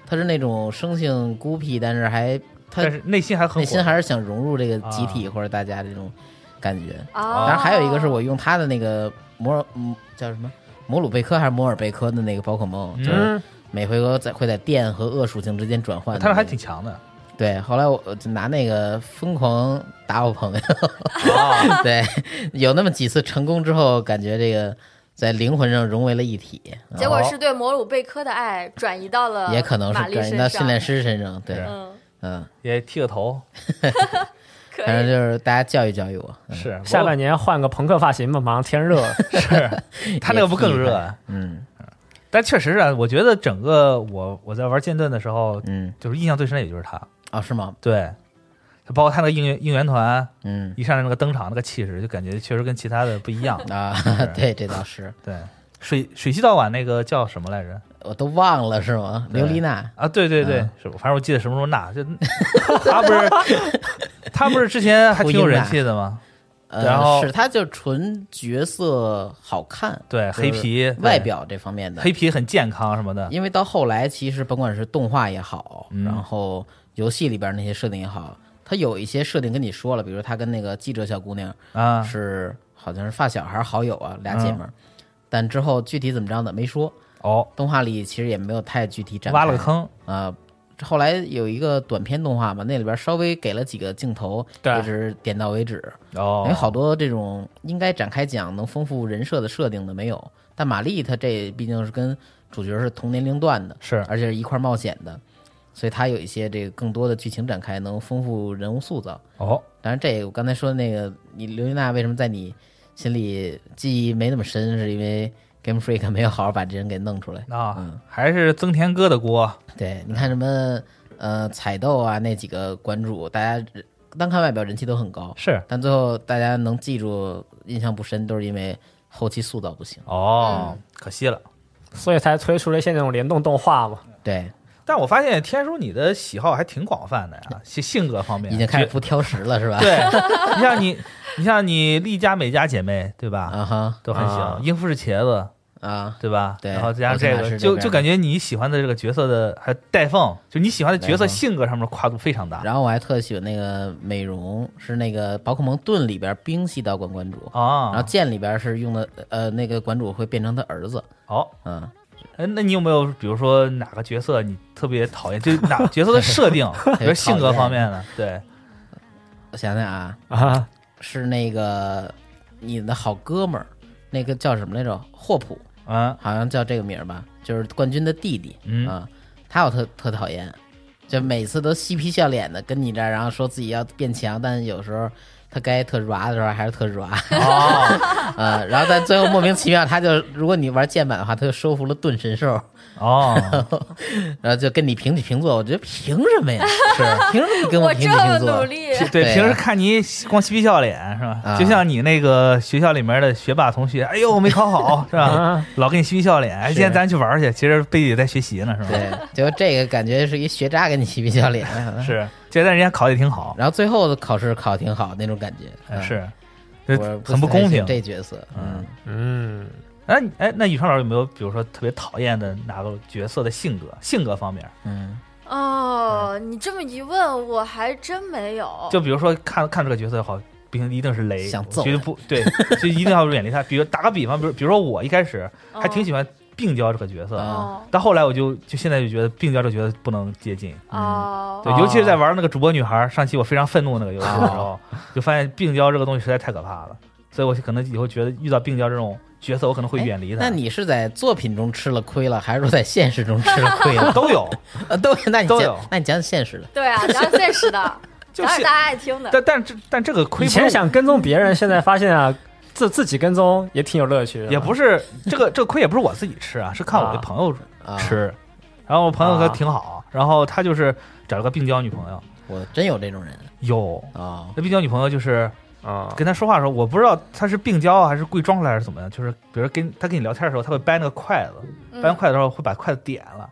Speaker 3: 他是那种生性孤僻，但是还他
Speaker 4: 但是内心还很
Speaker 3: 内心
Speaker 4: 火啊
Speaker 3: 还是想融入这个集体或者大家这种感觉。
Speaker 5: 啊，
Speaker 3: 当然还有一个是我用他的那个摩尔，嗯，叫什么？摩鲁贝克还是摩尔贝克的那个宝可梦，就是
Speaker 6: 嗯，
Speaker 3: 每回合在会在电和恶属性之间转换的那
Speaker 4: 啊他
Speaker 3: 个。
Speaker 4: 说还挺强的
Speaker 3: 对。后来我我就拿那个疯狂打我朋友，
Speaker 4: 啊，
Speaker 3: (laughs) 对，有那么几次成功之后，感觉这个在灵魂上融为了一体，啊
Speaker 5: 结果是对摩鲁贝科的爱转移到了
Speaker 3: 哦也可能
Speaker 5: 玛
Speaker 3: 是
Speaker 5: 丽
Speaker 3: 转移
Speaker 5: 身
Speaker 3: 到
Speaker 5: 上
Speaker 3: 训练师身上。对，
Speaker 4: 是
Speaker 5: 嗯，
Speaker 3: 嗯，
Speaker 4: 也剃个头
Speaker 5: 可
Speaker 3: 反正就
Speaker 5: 以，
Speaker 3: 是大家教育教育我。嗯
Speaker 4: 是
Speaker 6: 下半年换个朋克发型吧，马上天热
Speaker 4: 嗯
Speaker 6: 了。
Speaker 4: 是他那个不更热啊？
Speaker 3: 嗯
Speaker 4: 但确实是啊，我觉得整个我我在玩剑盾的时候，
Speaker 3: 嗯，
Speaker 4: 就是印象最深的也就是他，
Speaker 3: 哦，是吗？
Speaker 4: 对，包括他那个应援应援团
Speaker 3: 嗯。
Speaker 4: 一上来那个登场那个气势，就感觉确实跟其他的不一样
Speaker 3: (laughs) 啊，对，这倒是，
Speaker 4: 对，水水系道馆那个叫什么来着？
Speaker 3: 我都忘了是吗？
Speaker 4: 对
Speaker 3: 琉璃娜
Speaker 4: 啊，对对对
Speaker 3: 嗯，
Speaker 4: 是，反正我记得什么时候那就 (laughs) 他不是他不是之前还挺有人气
Speaker 3: (laughs)
Speaker 4: 的吗？
Speaker 3: 呃，
Speaker 4: 然后
Speaker 3: 是她就纯角色好看，
Speaker 4: 对，
Speaker 3: 就是
Speaker 4: 黑皮
Speaker 3: 外表这方面的
Speaker 4: 对黑皮很健康什么的，
Speaker 3: 因为到后来，其实甭管是动画也好，
Speaker 4: 嗯
Speaker 3: 然后游戏里边那些设定也好，它有一些设定跟你说了，比如他跟那个记者小姑娘
Speaker 4: 啊，嗯
Speaker 3: 是、好像是发小还是好友啊，俩姐们儿。但之后具体怎么着呢？没说。
Speaker 4: 哦，
Speaker 3: 动画里其实也没有太具体展开。
Speaker 4: 挖了个坑，
Speaker 3: 啊、后来有一个短片动画嘛，那里边稍微给了几个镜头，
Speaker 6: 对
Speaker 3: 一直点到为止。
Speaker 4: 哦，
Speaker 3: 因为哎好多这种应该展开讲能丰富人设的设定的没有，但玛丽她这毕竟是跟主角是同年龄段的，
Speaker 4: 是
Speaker 3: 而且是一块儿冒险的，所以它有一些这个更多的剧情展开，能丰富人物塑造。
Speaker 4: 哦，
Speaker 3: 当然，这我刚才说的那个，你刘丽娜为什么在你心里记忆没那么深，是因为 Game Freak 没有好好把这人给弄出来。
Speaker 4: 啊
Speaker 3: 嗯，
Speaker 4: 还是增田哥的锅，
Speaker 3: 对，你看什么呃彩豆啊那几个关注，大家单看外表人气都很高，
Speaker 4: 是
Speaker 3: 但最后大家能记住印象不深，都是因为后期塑造不行。
Speaker 4: 哦，
Speaker 3: 嗯
Speaker 4: 可惜了。
Speaker 6: 所以才推出了一些那种联动动画嘛。
Speaker 3: 对，
Speaker 4: 但我发现天叔你的喜好还挺广泛的呀，性性格方面
Speaker 3: 嗯已经开始
Speaker 4: 觉
Speaker 3: 不挑食了，是吧？
Speaker 4: 对，你像你，你像你丽家美家姐妹对吧，
Speaker 3: 啊哈
Speaker 4: 都很喜
Speaker 6: 啊
Speaker 4: 欢。英夫是茄子
Speaker 3: 啊，
Speaker 4: 对吧？
Speaker 3: 对
Speaker 4: 然后加上这
Speaker 3: 奥斯卡
Speaker 4: 个，
Speaker 3: 是
Speaker 4: 就
Speaker 3: 这边
Speaker 4: 就感觉你喜欢的这个角色的还有戴凤，就你喜欢的角色
Speaker 3: 戴凤
Speaker 4: 性格上面的跨度非常大
Speaker 3: 然后我还特喜欢那个美容，是那个宝可梦盾里边冰系道馆馆主，然后
Speaker 4: 啊。
Speaker 3: 剑里边是用的呃那个馆主会变成他儿子，
Speaker 4: 好，
Speaker 3: 嗯，
Speaker 4: 哎，那你有没有比如说哪个角色你特别讨厌，就哪个角色的
Speaker 3: (laughs)
Speaker 4: 设定，比如性格方面的？对，
Speaker 3: 我想想啊，
Speaker 6: 啊，
Speaker 3: 是那个你的好哥们儿，那个叫什么来着？霍普，
Speaker 4: 嗯，
Speaker 3: 好像叫这个名儿吧，就是冠军的弟弟，
Speaker 4: 嗯
Speaker 3: 啊，他我特特讨厌，就每次都嬉皮笑脸的跟你这儿，然后说自己要变强，但是有时候他该特软的时候还是特
Speaker 4: (laughs)
Speaker 3: 软，
Speaker 4: 哦
Speaker 3: 啊，然后但最后莫名其妙他就，如果你玩键版的话，他就收服了盾神兽， (laughs)
Speaker 4: 哦，
Speaker 3: 然后就跟你平起平坐，我觉得凭什么呀？
Speaker 4: 是。
Speaker 3: (laughs) 凭什么你跟
Speaker 5: 我
Speaker 3: 我
Speaker 5: 这
Speaker 3: 平起
Speaker 5: 么
Speaker 3: 平
Speaker 5: 努
Speaker 3: 坐？
Speaker 5: 力，
Speaker 4: 对，
Speaker 3: (laughs) 对啊
Speaker 4: 平时
Speaker 3: 呀
Speaker 4: 看你光嬉皮笑脸是吧？
Speaker 3: 啊
Speaker 4: 就像你那个学校里面的学霸同学，哎呦我没
Speaker 3: (laughs)
Speaker 4: 考好是吧
Speaker 6: 啊？
Speaker 4: 老跟你嬉皮笑脸，哎，
Speaker 3: 是
Speaker 4: 今天咱去玩去，其实背地里在学习呢是吧？
Speaker 3: 对，就这个感觉是一学渣跟你嬉皮笑脸，啊
Speaker 4: (laughs) 是，觉得人家考的也挺好，
Speaker 3: 然后最后的考试考得挺好那种感觉，
Speaker 4: 哎
Speaker 3: 嗯
Speaker 4: 是，
Speaker 3: 我
Speaker 4: 这很不公
Speaker 3: 太喜
Speaker 4: 平
Speaker 3: 欢。这角色，
Speaker 4: 嗯
Speaker 3: 嗯，
Speaker 6: 嗯，
Speaker 4: 哎你哎，那宇川老师有没有比如说特别讨厌的哪个角色的性格性格方面？
Speaker 3: 嗯，
Speaker 5: 哦，你这么一问，我还真没有。
Speaker 4: 就比如说看看这个角色好，不行一定是雷，
Speaker 3: 想
Speaker 4: 我
Speaker 3: 揍
Speaker 4: 绝对
Speaker 3: 他
Speaker 4: 不对，就一定要远离他。比如打个比方，比如比如说我一开始还挺喜欢病娇这个角色，
Speaker 3: 啊
Speaker 5: 哦
Speaker 4: 到后来我就就现在就觉得病娇这个角色不能接近，
Speaker 5: 哦，
Speaker 4: 嗯对，
Speaker 6: 哦
Speaker 4: 尤其是在玩那个主播女孩儿上期我非常愤怒那个游戏的时
Speaker 3: 哦
Speaker 4: 候，就发现病娇这个东西实在太可怕了，所以我可能以后觉得遇到病娇这种角色，我可能会远离他。
Speaker 3: 哎那你是在作品中吃了亏了，还是说在现实中吃了亏
Speaker 4: (laughs)
Speaker 3: 了？
Speaker 4: 都有，
Speaker 3: 呃，都那你
Speaker 4: 都
Speaker 3: 讲
Speaker 4: 有，
Speaker 3: 那你讲讲现实的。
Speaker 5: 对
Speaker 4: (laughs)
Speaker 5: 啊，讲现实的，
Speaker 4: 就
Speaker 5: 讲点
Speaker 4: 是
Speaker 5: 大家爱听的。
Speaker 4: 但但这但这个亏
Speaker 6: 以
Speaker 4: 不
Speaker 6: 前
Speaker 4: 是
Speaker 6: 想跟踪别人， (laughs) 现在发现啊，自自己跟踪也挺有乐趣的。
Speaker 4: 也不是这个这个亏也不是我自己吃啊，是看我的
Speaker 6: 啊
Speaker 4: 朋友
Speaker 3: 啊，
Speaker 4: 吃，然后我朋友他
Speaker 6: 啊
Speaker 4: 挺好，然后他就是找了个病娇女朋友，
Speaker 3: 我真有这种人
Speaker 4: 有
Speaker 3: 哦，
Speaker 4: 那病娇女朋友就是
Speaker 6: 啊，
Speaker 4: 跟他说话的时候，我不知道他是病娇啊还是故意装出来还是怎么样，就是比如跟他跟你聊天的时候，他会掰那个筷子，
Speaker 5: 嗯
Speaker 4: 掰完筷子之后会把筷子点了。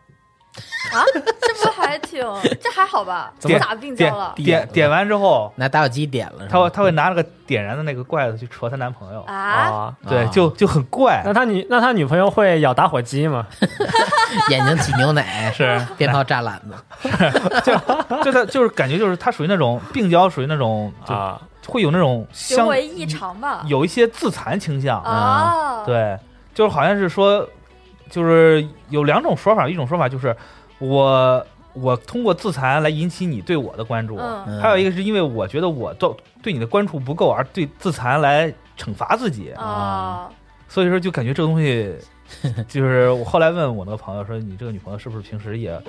Speaker 5: 啊，这不还挺，这还
Speaker 4: (laughs)
Speaker 5: 好吧？
Speaker 4: 怎么
Speaker 5: 咋病
Speaker 4: 点
Speaker 5: 娇了？
Speaker 4: 点点完之后，
Speaker 6: 嗯
Speaker 3: 拿打火机点了是
Speaker 4: 她
Speaker 3: 吧，
Speaker 4: 会她会拿那个点燃的那个筷子去戳她男朋友，
Speaker 5: 啊，
Speaker 6: 啊，
Speaker 4: 对，
Speaker 3: 啊
Speaker 4: 就就很
Speaker 6: (laughs)
Speaker 4: 怪
Speaker 6: 那，他女那他女朋友会咬打火机吗？
Speaker 3: 眼睛挤牛奶，
Speaker 4: (laughs) 是
Speaker 3: 鞭炮炸篮子，
Speaker 4: 就她就是感觉就是她属于那种病娇，属于那种 (laughs) 就
Speaker 6: 啊，
Speaker 4: 会有那种
Speaker 5: 行
Speaker 4: 相
Speaker 5: 为异常吧？
Speaker 4: 有一些自残倾向，嗯
Speaker 5: 啊，，
Speaker 4: 对，就是好像是说，就是有两种说法，一种说法就是我我通过自残来引起你对我的关注，
Speaker 5: 嗯
Speaker 3: 嗯
Speaker 4: (laughs) 还有一个是因为我觉得我对对你的关注不够而对自残来惩罚自己，哦
Speaker 5: 啊，
Speaker 4: 所以说就感觉这个东
Speaker 5: (laughs)
Speaker 4: 西，就是我后来问我那个朋友说，你这个女朋友是不是平时也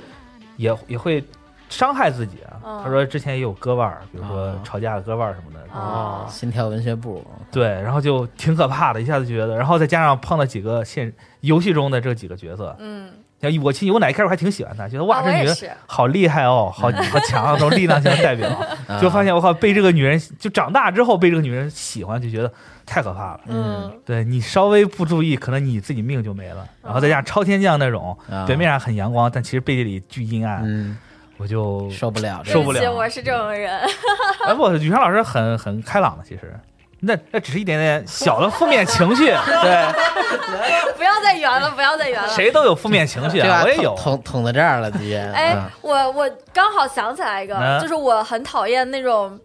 Speaker 4: 也也会伤害自己啊
Speaker 5: 嗯？
Speaker 4: 他说之前也有割腕儿，比如说
Speaker 3: 啊
Speaker 4: 吵架的割腕儿什么的，
Speaker 5: 啊
Speaker 6: 哦，
Speaker 3: 嗯心跳文学部
Speaker 4: 对，然后就挺可怕的，一下子觉得，然后再加上碰了几个现游戏中的这几个角色，
Speaker 5: 嗯，
Speaker 4: 像我其实我奶一开始还挺喜欢她，觉得哇
Speaker 5: 啊
Speaker 4: 这
Speaker 5: 我
Speaker 4: 女
Speaker 5: 也
Speaker 4: 人
Speaker 5: 是，
Speaker 4: 好厉害
Speaker 3: (laughs)
Speaker 4: 哦，好好强啊，都是力量型的代表，
Speaker 3: 啊
Speaker 4: 就发现我靠被这个女人就长大之后被这个女人喜欢，就觉得太可怕了。
Speaker 5: 嗯，
Speaker 4: 对你稍微不注意，可能你自己命就没了。然后再加上超天降那种，
Speaker 3: 啊
Speaker 4: 表面上很阳光，但其实背地里巨阴暗，
Speaker 3: 嗯
Speaker 4: 我就
Speaker 3: 受不了这
Speaker 4: 受
Speaker 3: 个，
Speaker 4: 不了
Speaker 5: 对起我是这种人， (laughs)
Speaker 4: 哎不，宇川老师很很开朗的，其实那那只是一点点小的负面
Speaker 3: (laughs)
Speaker 4: 情绪，对，
Speaker 5: 不要再圆了，不要再圆了。
Speaker 4: 嗯谁都有负面情绪
Speaker 3: 对
Speaker 4: 啊，
Speaker 3: 吧？
Speaker 4: 我也有
Speaker 3: 捅捅捅到这儿了，直接
Speaker 5: (laughs) 哎
Speaker 3: 啊，
Speaker 5: 我我刚好想起来一个
Speaker 4: 嗯，
Speaker 5: 就是我很讨厌那种。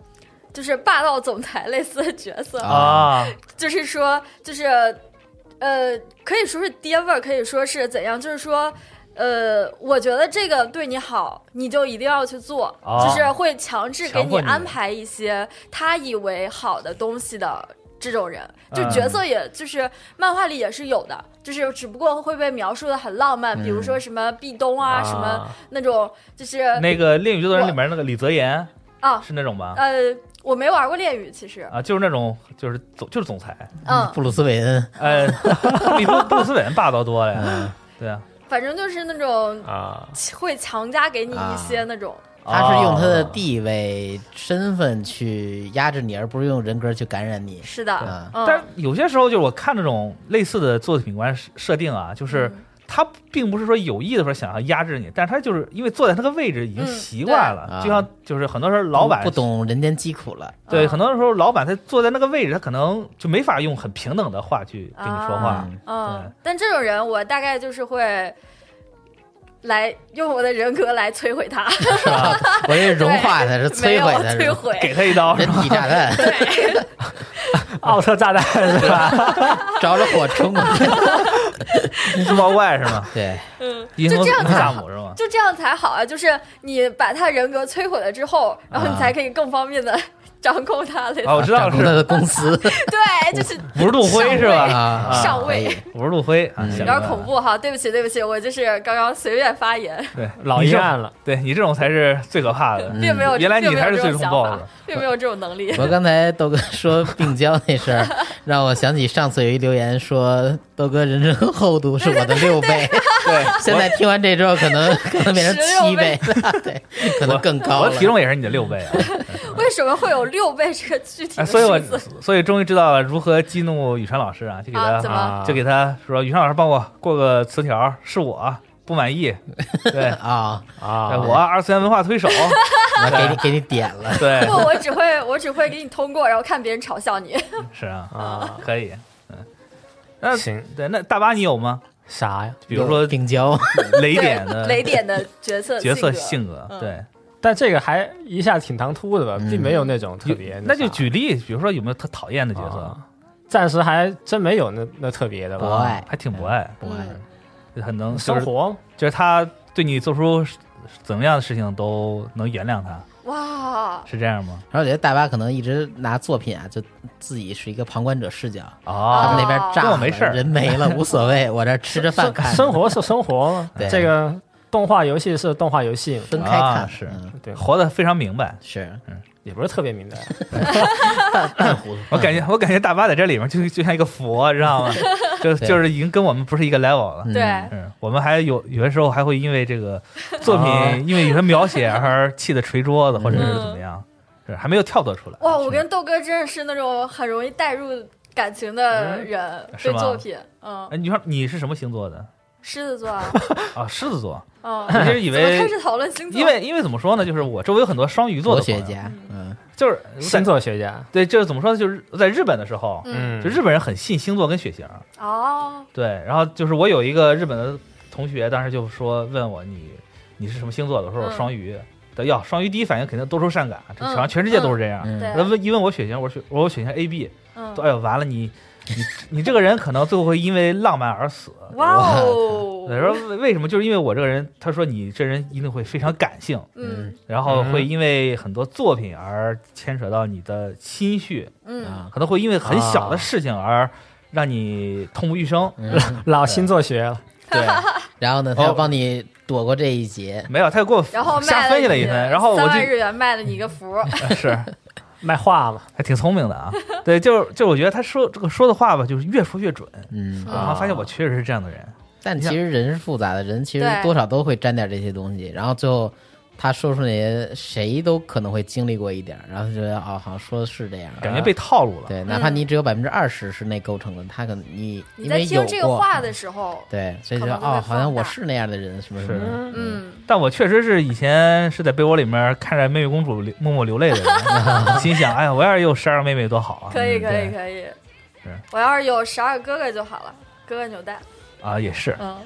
Speaker 5: 就是霸道总裁类似的角色，
Speaker 4: 啊，
Speaker 5: 就是说，就是，呃，可以说是爹味儿，可以说是怎样，就是说，呃，我觉得这个对你好，你就一定要去做，
Speaker 4: 哦
Speaker 5: 就是会强制给
Speaker 4: 强迫你
Speaker 5: 安排一些他以为好的东西的这种人，就角色也就是漫画里也是有的，就是只不过会被描述的很浪漫，比如说什么壁咚啊，什么那种就是
Speaker 4: 那个《恋与制作人》里面那个李泽言
Speaker 5: 啊
Speaker 4: 是那种吧？
Speaker 5: 呃，我没玩过恋与，其实，
Speaker 4: 啊，就是那种，就是总就是总裁，
Speaker 5: 嗯
Speaker 3: 布，鲁斯韦恩，
Speaker 4: 呃， (laughs) 比布布鲁斯韦恩霸道多了呀。
Speaker 3: 嗯，
Speaker 4: 对啊，
Speaker 5: 反正就是那种
Speaker 6: 啊，
Speaker 5: 会强加给你一
Speaker 3: 啊
Speaker 5: 些那种，
Speaker 3: 他是用他的
Speaker 4: 哦
Speaker 3: 地位、身份去压制你，而不是用人格去感染你。
Speaker 5: 是的，
Speaker 3: 啊，
Speaker 5: 嗯，
Speaker 4: 但是有些时候就是我看这种类似的作品观设设定啊，就是
Speaker 5: 嗯
Speaker 4: 他并不是说有意的说想要压制你，但是他就是因为坐在他的位置已经
Speaker 5: 嗯
Speaker 4: 习惯了，
Speaker 3: 对
Speaker 4: 就像就是很多时候老板
Speaker 3: 不懂人间疾苦
Speaker 4: (laughs)
Speaker 3: 了。
Speaker 4: 对，
Speaker 5: 嗯
Speaker 4: 很多时候老板他坐在那个位置，他可能就没法用很平等的话去跟你说话。
Speaker 5: 啊
Speaker 3: 嗯
Speaker 5: 嗯
Speaker 4: 对，
Speaker 5: 但这种人我大概就是会来用我的人格来摧毁他，
Speaker 3: 是吧？我这 (laughs) 融
Speaker 5: (laughs)
Speaker 3: 化他，是
Speaker 5: 没
Speaker 3: 摧
Speaker 5: 有
Speaker 3: 毁他，
Speaker 5: 摧
Speaker 3: 是吧
Speaker 4: 给
Speaker 5: 毁，
Speaker 4: 他一
Speaker 3: (laughs)
Speaker 4: 刀是
Speaker 3: 人
Speaker 4: 吧？
Speaker 3: 体炸
Speaker 4: (laughs)
Speaker 3: 弹，
Speaker 6: 奥特炸弹是吧？
Speaker 3: 着了火冲过 (laughs) 去。
Speaker 4: (laughs) 猪毛怪是吗？
Speaker 3: 对，
Speaker 5: 嗯，
Speaker 4: 银
Speaker 5: 就
Speaker 4: 河
Speaker 5: 这样才
Speaker 4: 萨
Speaker 5: 好。
Speaker 4: 姆是吗？
Speaker 5: 就这样才好啊！就是你把他人格摧毁了之后，然后你
Speaker 3: 啊哦
Speaker 5: 才可以更方便的 (laughs) 掌控他的。
Speaker 4: 啊，我知道
Speaker 3: 掌
Speaker 4: 是
Speaker 3: 控他的公 (laughs) 司
Speaker 5: 对， (laughs) 就是
Speaker 4: 五十度灰是吧？
Speaker 3: 啊，
Speaker 5: 上位
Speaker 3: 可以
Speaker 4: (laughs) 五十度灰啊，
Speaker 3: 嗯
Speaker 4: 想明
Speaker 5: 有
Speaker 4: 白
Speaker 5: 点
Speaker 4: 了
Speaker 5: 恐。怖哈，对不起，对不起，我就是刚刚随便发言，
Speaker 4: 对，
Speaker 6: 老
Speaker 4: 你
Speaker 6: 一
Speaker 4: 这
Speaker 6: 案了，
Speaker 4: 对你这种才是最可怕
Speaker 3: 嗯
Speaker 4: 的。
Speaker 5: 并没有，
Speaker 4: 原来你
Speaker 5: 并没有
Speaker 4: 才是
Speaker 5: 这
Speaker 4: 最
Speaker 5: 种
Speaker 4: 恐
Speaker 5: 想
Speaker 4: 怖
Speaker 5: 法
Speaker 4: 的，
Speaker 5: 并没有这种
Speaker 3: (laughs)
Speaker 5: 能力。
Speaker 3: 我刚才豆哥说病娇那事儿，让我想起上次有一留言说豆哥人生厚度是我的六 (laughs) 倍，
Speaker 5: (laughs)
Speaker 4: 对，
Speaker 3: 现在听完这之后可能可能变成七倍了， (laughs) 对，可能更高
Speaker 4: 我
Speaker 3: 了。，
Speaker 4: 体重也是你的六倍
Speaker 5: (laughs)
Speaker 4: 啊！
Speaker 5: 为什么会有六倍这个具体
Speaker 4: 哎
Speaker 5: 的
Speaker 4: 所以我
Speaker 5: 数字？
Speaker 4: 所以终于知道了如何激怒宇川老师啊，就给
Speaker 5: 啊
Speaker 4: 他
Speaker 5: 怎么
Speaker 6: 啊，
Speaker 4: 就给他说，宇川老师帮我过个词条，是我不满意，对
Speaker 3: 啊，
Speaker 6: 啊，
Speaker 4: 哎我二次元文化推
Speaker 5: (laughs)
Speaker 4: 手，
Speaker 3: 我给
Speaker 4: (laughs)
Speaker 3: 你给你点了，
Speaker 4: 对
Speaker 5: 不，，我只会我只会给你通过，然后看别人嘲笑你。
Speaker 4: 是啊，
Speaker 6: 啊，
Speaker 4: 可以，嗯，那
Speaker 6: 行，
Speaker 4: 对，那大巴你有吗？
Speaker 6: 啥呀？
Speaker 4: 比如说
Speaker 3: 病娇，啊
Speaker 4: 雷 (laughs) 点
Speaker 5: 对
Speaker 4: 的
Speaker 5: 雷点的角色
Speaker 4: 角色
Speaker 5: 性
Speaker 4: 性格，
Speaker 5: 嗯
Speaker 4: 对，
Speaker 6: 但这个还一下挺唐突的吧，
Speaker 3: 嗯
Speaker 6: 并没有那种特
Speaker 4: 有
Speaker 6: 别啥。
Speaker 4: 那就举例，比如说有没有特讨厌的角色？
Speaker 6: 啊暂时还真没有那那特别的
Speaker 3: 博
Speaker 6: 吧。
Speaker 3: 爱
Speaker 4: 还挺博爱，
Speaker 3: 我爱
Speaker 4: 很能就
Speaker 6: 哎生
Speaker 4: 是
Speaker 6: 活
Speaker 4: 就是他对你做出怎么样的事情都能原谅他，
Speaker 5: 哇，
Speaker 4: 是这样吗？
Speaker 3: 然后我觉得大巴可能一直拿作品啊，就自己是一个旁观者视角，
Speaker 6: 啊
Speaker 3: 他
Speaker 4: 哦
Speaker 3: 们那边炸
Speaker 4: 跟我
Speaker 3: 了，
Speaker 4: 没事儿
Speaker 3: 人没了无所谓，我这吃着饭看，
Speaker 6: 生活是生活嘛
Speaker 3: 对，
Speaker 6: 这个动画游戏是动画游戏，
Speaker 3: 分开看、
Speaker 4: 啊是
Speaker 3: 嗯
Speaker 6: 对，
Speaker 4: 活得非常明白，
Speaker 3: 是，
Speaker 6: 也不是特别明白。
Speaker 4: (coughs) 我
Speaker 3: (coughs)
Speaker 4: 感
Speaker 6: 嗯
Speaker 4: 觉我感觉大巴在这里面就就像一个佛，知
Speaker 6: (laughs)
Speaker 4: 道吗？就
Speaker 3: 对
Speaker 4: 就是已经跟我们不是一个 level 了。
Speaker 3: 嗯
Speaker 5: 对，
Speaker 4: 嗯，我们还有有的时候还会因为这个作
Speaker 6: 啊
Speaker 4: 品，因为有人描写而气得捶桌子，或者是
Speaker 5: 嗯
Speaker 4: 怎么样，是还没有跳脱出来。
Speaker 5: 哇，我
Speaker 4: 是
Speaker 5: 跟豆哥真的是那种很容易带入感情的人，
Speaker 4: 嗯是
Speaker 5: 对
Speaker 4: 吗
Speaker 5: 作品，嗯，
Speaker 4: 哎，你说你是什么星座的
Speaker 5: 狮子座啊，
Speaker 4: (laughs) 啊？狮子座。
Speaker 5: 嗯，
Speaker 4: 我就是以
Speaker 5: 怎么开
Speaker 4: 为，
Speaker 5: 始讨论星
Speaker 4: (laughs)
Speaker 5: 座？
Speaker 4: 因为因为怎么说呢，就是我周围有很多双鱼座
Speaker 3: 国
Speaker 4: 的朋
Speaker 3: 学
Speaker 4: 友，
Speaker 3: 家，嗯，
Speaker 4: 就是
Speaker 6: 星
Speaker 4: 在
Speaker 6: 座学家，
Speaker 4: 对，就是怎么说呢，就是在日本的时候，
Speaker 5: 嗯
Speaker 6: 嗯，
Speaker 4: 就日本人很信星座跟血型。
Speaker 5: 哦，
Speaker 4: 对，然后就是我有一个日本的同学，当时就说问我你你是什么星座的，我说我
Speaker 5: 嗯
Speaker 4: 双鱼。对，要双鱼第一反应肯定多愁善感，这
Speaker 5: 嗯
Speaker 4: 全全世界都是这样。
Speaker 3: 嗯
Speaker 5: 对
Speaker 4: 他问一问我血型，我血我血型 A B，
Speaker 5: 嗯
Speaker 4: 说，哎呦完了你你你这个人可能最后会因为浪漫而死。
Speaker 5: 哇哦，
Speaker 4: 他说为为什么？就是因为我这个人，他说你这人一定会非常感性，
Speaker 5: 嗯
Speaker 4: 然后
Speaker 6: 嗯
Speaker 4: 会因为很多作品而牵扯到你的心绪，
Speaker 5: 嗯，
Speaker 3: 啊，
Speaker 4: 可能会因为很小的事情而让你痛不欲生。
Speaker 3: 嗯
Speaker 6: 老星座学了， (laughs)
Speaker 4: 对，
Speaker 3: 然后呢，
Speaker 4: 哦
Speaker 3: 他要帮你躲过这一劫，
Speaker 4: 没有，他又给我
Speaker 5: 然后卖
Speaker 4: 瞎分析了
Speaker 5: 你
Speaker 4: 一分，然后
Speaker 5: 三
Speaker 4: 我
Speaker 5: 万日
Speaker 4: 就嗯
Speaker 5: 元卖了你一个符，
Speaker 4: 是 (laughs)
Speaker 6: 卖画嘛，
Speaker 4: 还挺聪明的啊。对，就是就是我觉得他说这个说的话吧，就是越说越准，
Speaker 3: 嗯。
Speaker 4: 然后发现我确实是这样的人。
Speaker 3: 但其实人是复杂的，人其实
Speaker 5: 对
Speaker 3: 多少都会沾点这些东西，然后最后他说出那些，谁都可能会经历过一点儿，然后就觉得哦，好像说的是这样，啊
Speaker 4: 感觉被套路了。
Speaker 3: 对，哪怕你只有百分之二十是那构成的，他可能你
Speaker 5: 嗯你
Speaker 3: 因
Speaker 5: 在
Speaker 3: 为有
Speaker 5: 听
Speaker 3: 过，
Speaker 5: 这个话
Speaker 4: 嗯
Speaker 5: 的时候，
Speaker 3: 对，所以
Speaker 5: 可
Speaker 3: 就
Speaker 5: 能就会
Speaker 3: 哦，好像
Speaker 5: 放
Speaker 3: 我
Speaker 5: 大
Speaker 3: 是那样的人，什么什么
Speaker 4: 是
Speaker 3: 的，
Speaker 5: 嗯，
Speaker 4: 但我确实是以前是在被窝里面看着妹妹公主流默默流泪的
Speaker 3: (laughs)
Speaker 4: 人，心想：哎呀，我要是有十二个妹妹多好啊！
Speaker 5: 可以可
Speaker 4: 对
Speaker 5: 以可以
Speaker 4: 是，
Speaker 5: 我要是有十二哥哥就好了，哥哥扭蛋，
Speaker 4: 啊，也是
Speaker 5: 嗯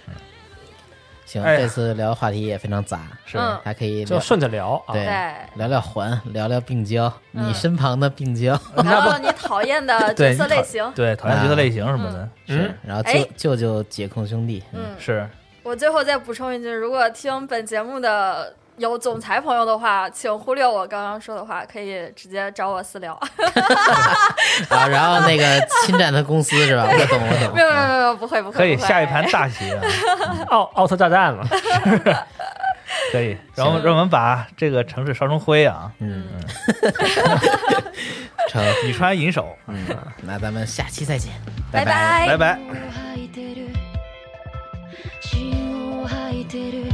Speaker 3: 行，
Speaker 4: 哎呀
Speaker 3: 这次聊的话题也非常杂，
Speaker 4: 是
Speaker 5: 嗯，
Speaker 3: 还可以
Speaker 6: 就
Speaker 3: 聊
Speaker 6: 顺着聊啊。
Speaker 3: 对
Speaker 4: (laughs)
Speaker 5: 对。
Speaker 3: 聊聊环，聊聊病娇，
Speaker 5: 嗯
Speaker 3: 你身旁的病娇，
Speaker 5: 然后你讨厌的角
Speaker 4: 对
Speaker 5: 色
Speaker 4: 你讨
Speaker 5: 类型，
Speaker 4: (laughs) 对讨厌角色
Speaker 3: 嗯
Speaker 4: 类型什么的。
Speaker 3: 是，然后
Speaker 5: 哎
Speaker 3: 救救救解控兄弟，
Speaker 5: 嗯，
Speaker 4: 是
Speaker 5: 我最后再补充一句，如果听本节目的有总裁朋友的话，请忽略我刚刚说的话，可以直接找我私聊。 (laughs)
Speaker 3: 啊，然后那个侵占他公司是吧？我懂，我懂
Speaker 5: (laughs) 没。有没有没有没有，不会不会。
Speaker 4: 可以
Speaker 5: 不会
Speaker 4: 下一盘大棋啊，
Speaker 6: 奥奥特炸弹嘛，
Speaker 4: 可 (laughs) 以。然后让我们把这个城市烧成灰啊，
Speaker 3: 嗯，成，
Speaker 4: 以川银手，
Speaker 3: 嗯，那咱们下期再见，
Speaker 5: 拜
Speaker 3: 拜
Speaker 4: 拜
Speaker 5: 拜
Speaker 4: 拜。
Speaker 2: を吐いてる」「芯を吐いてる」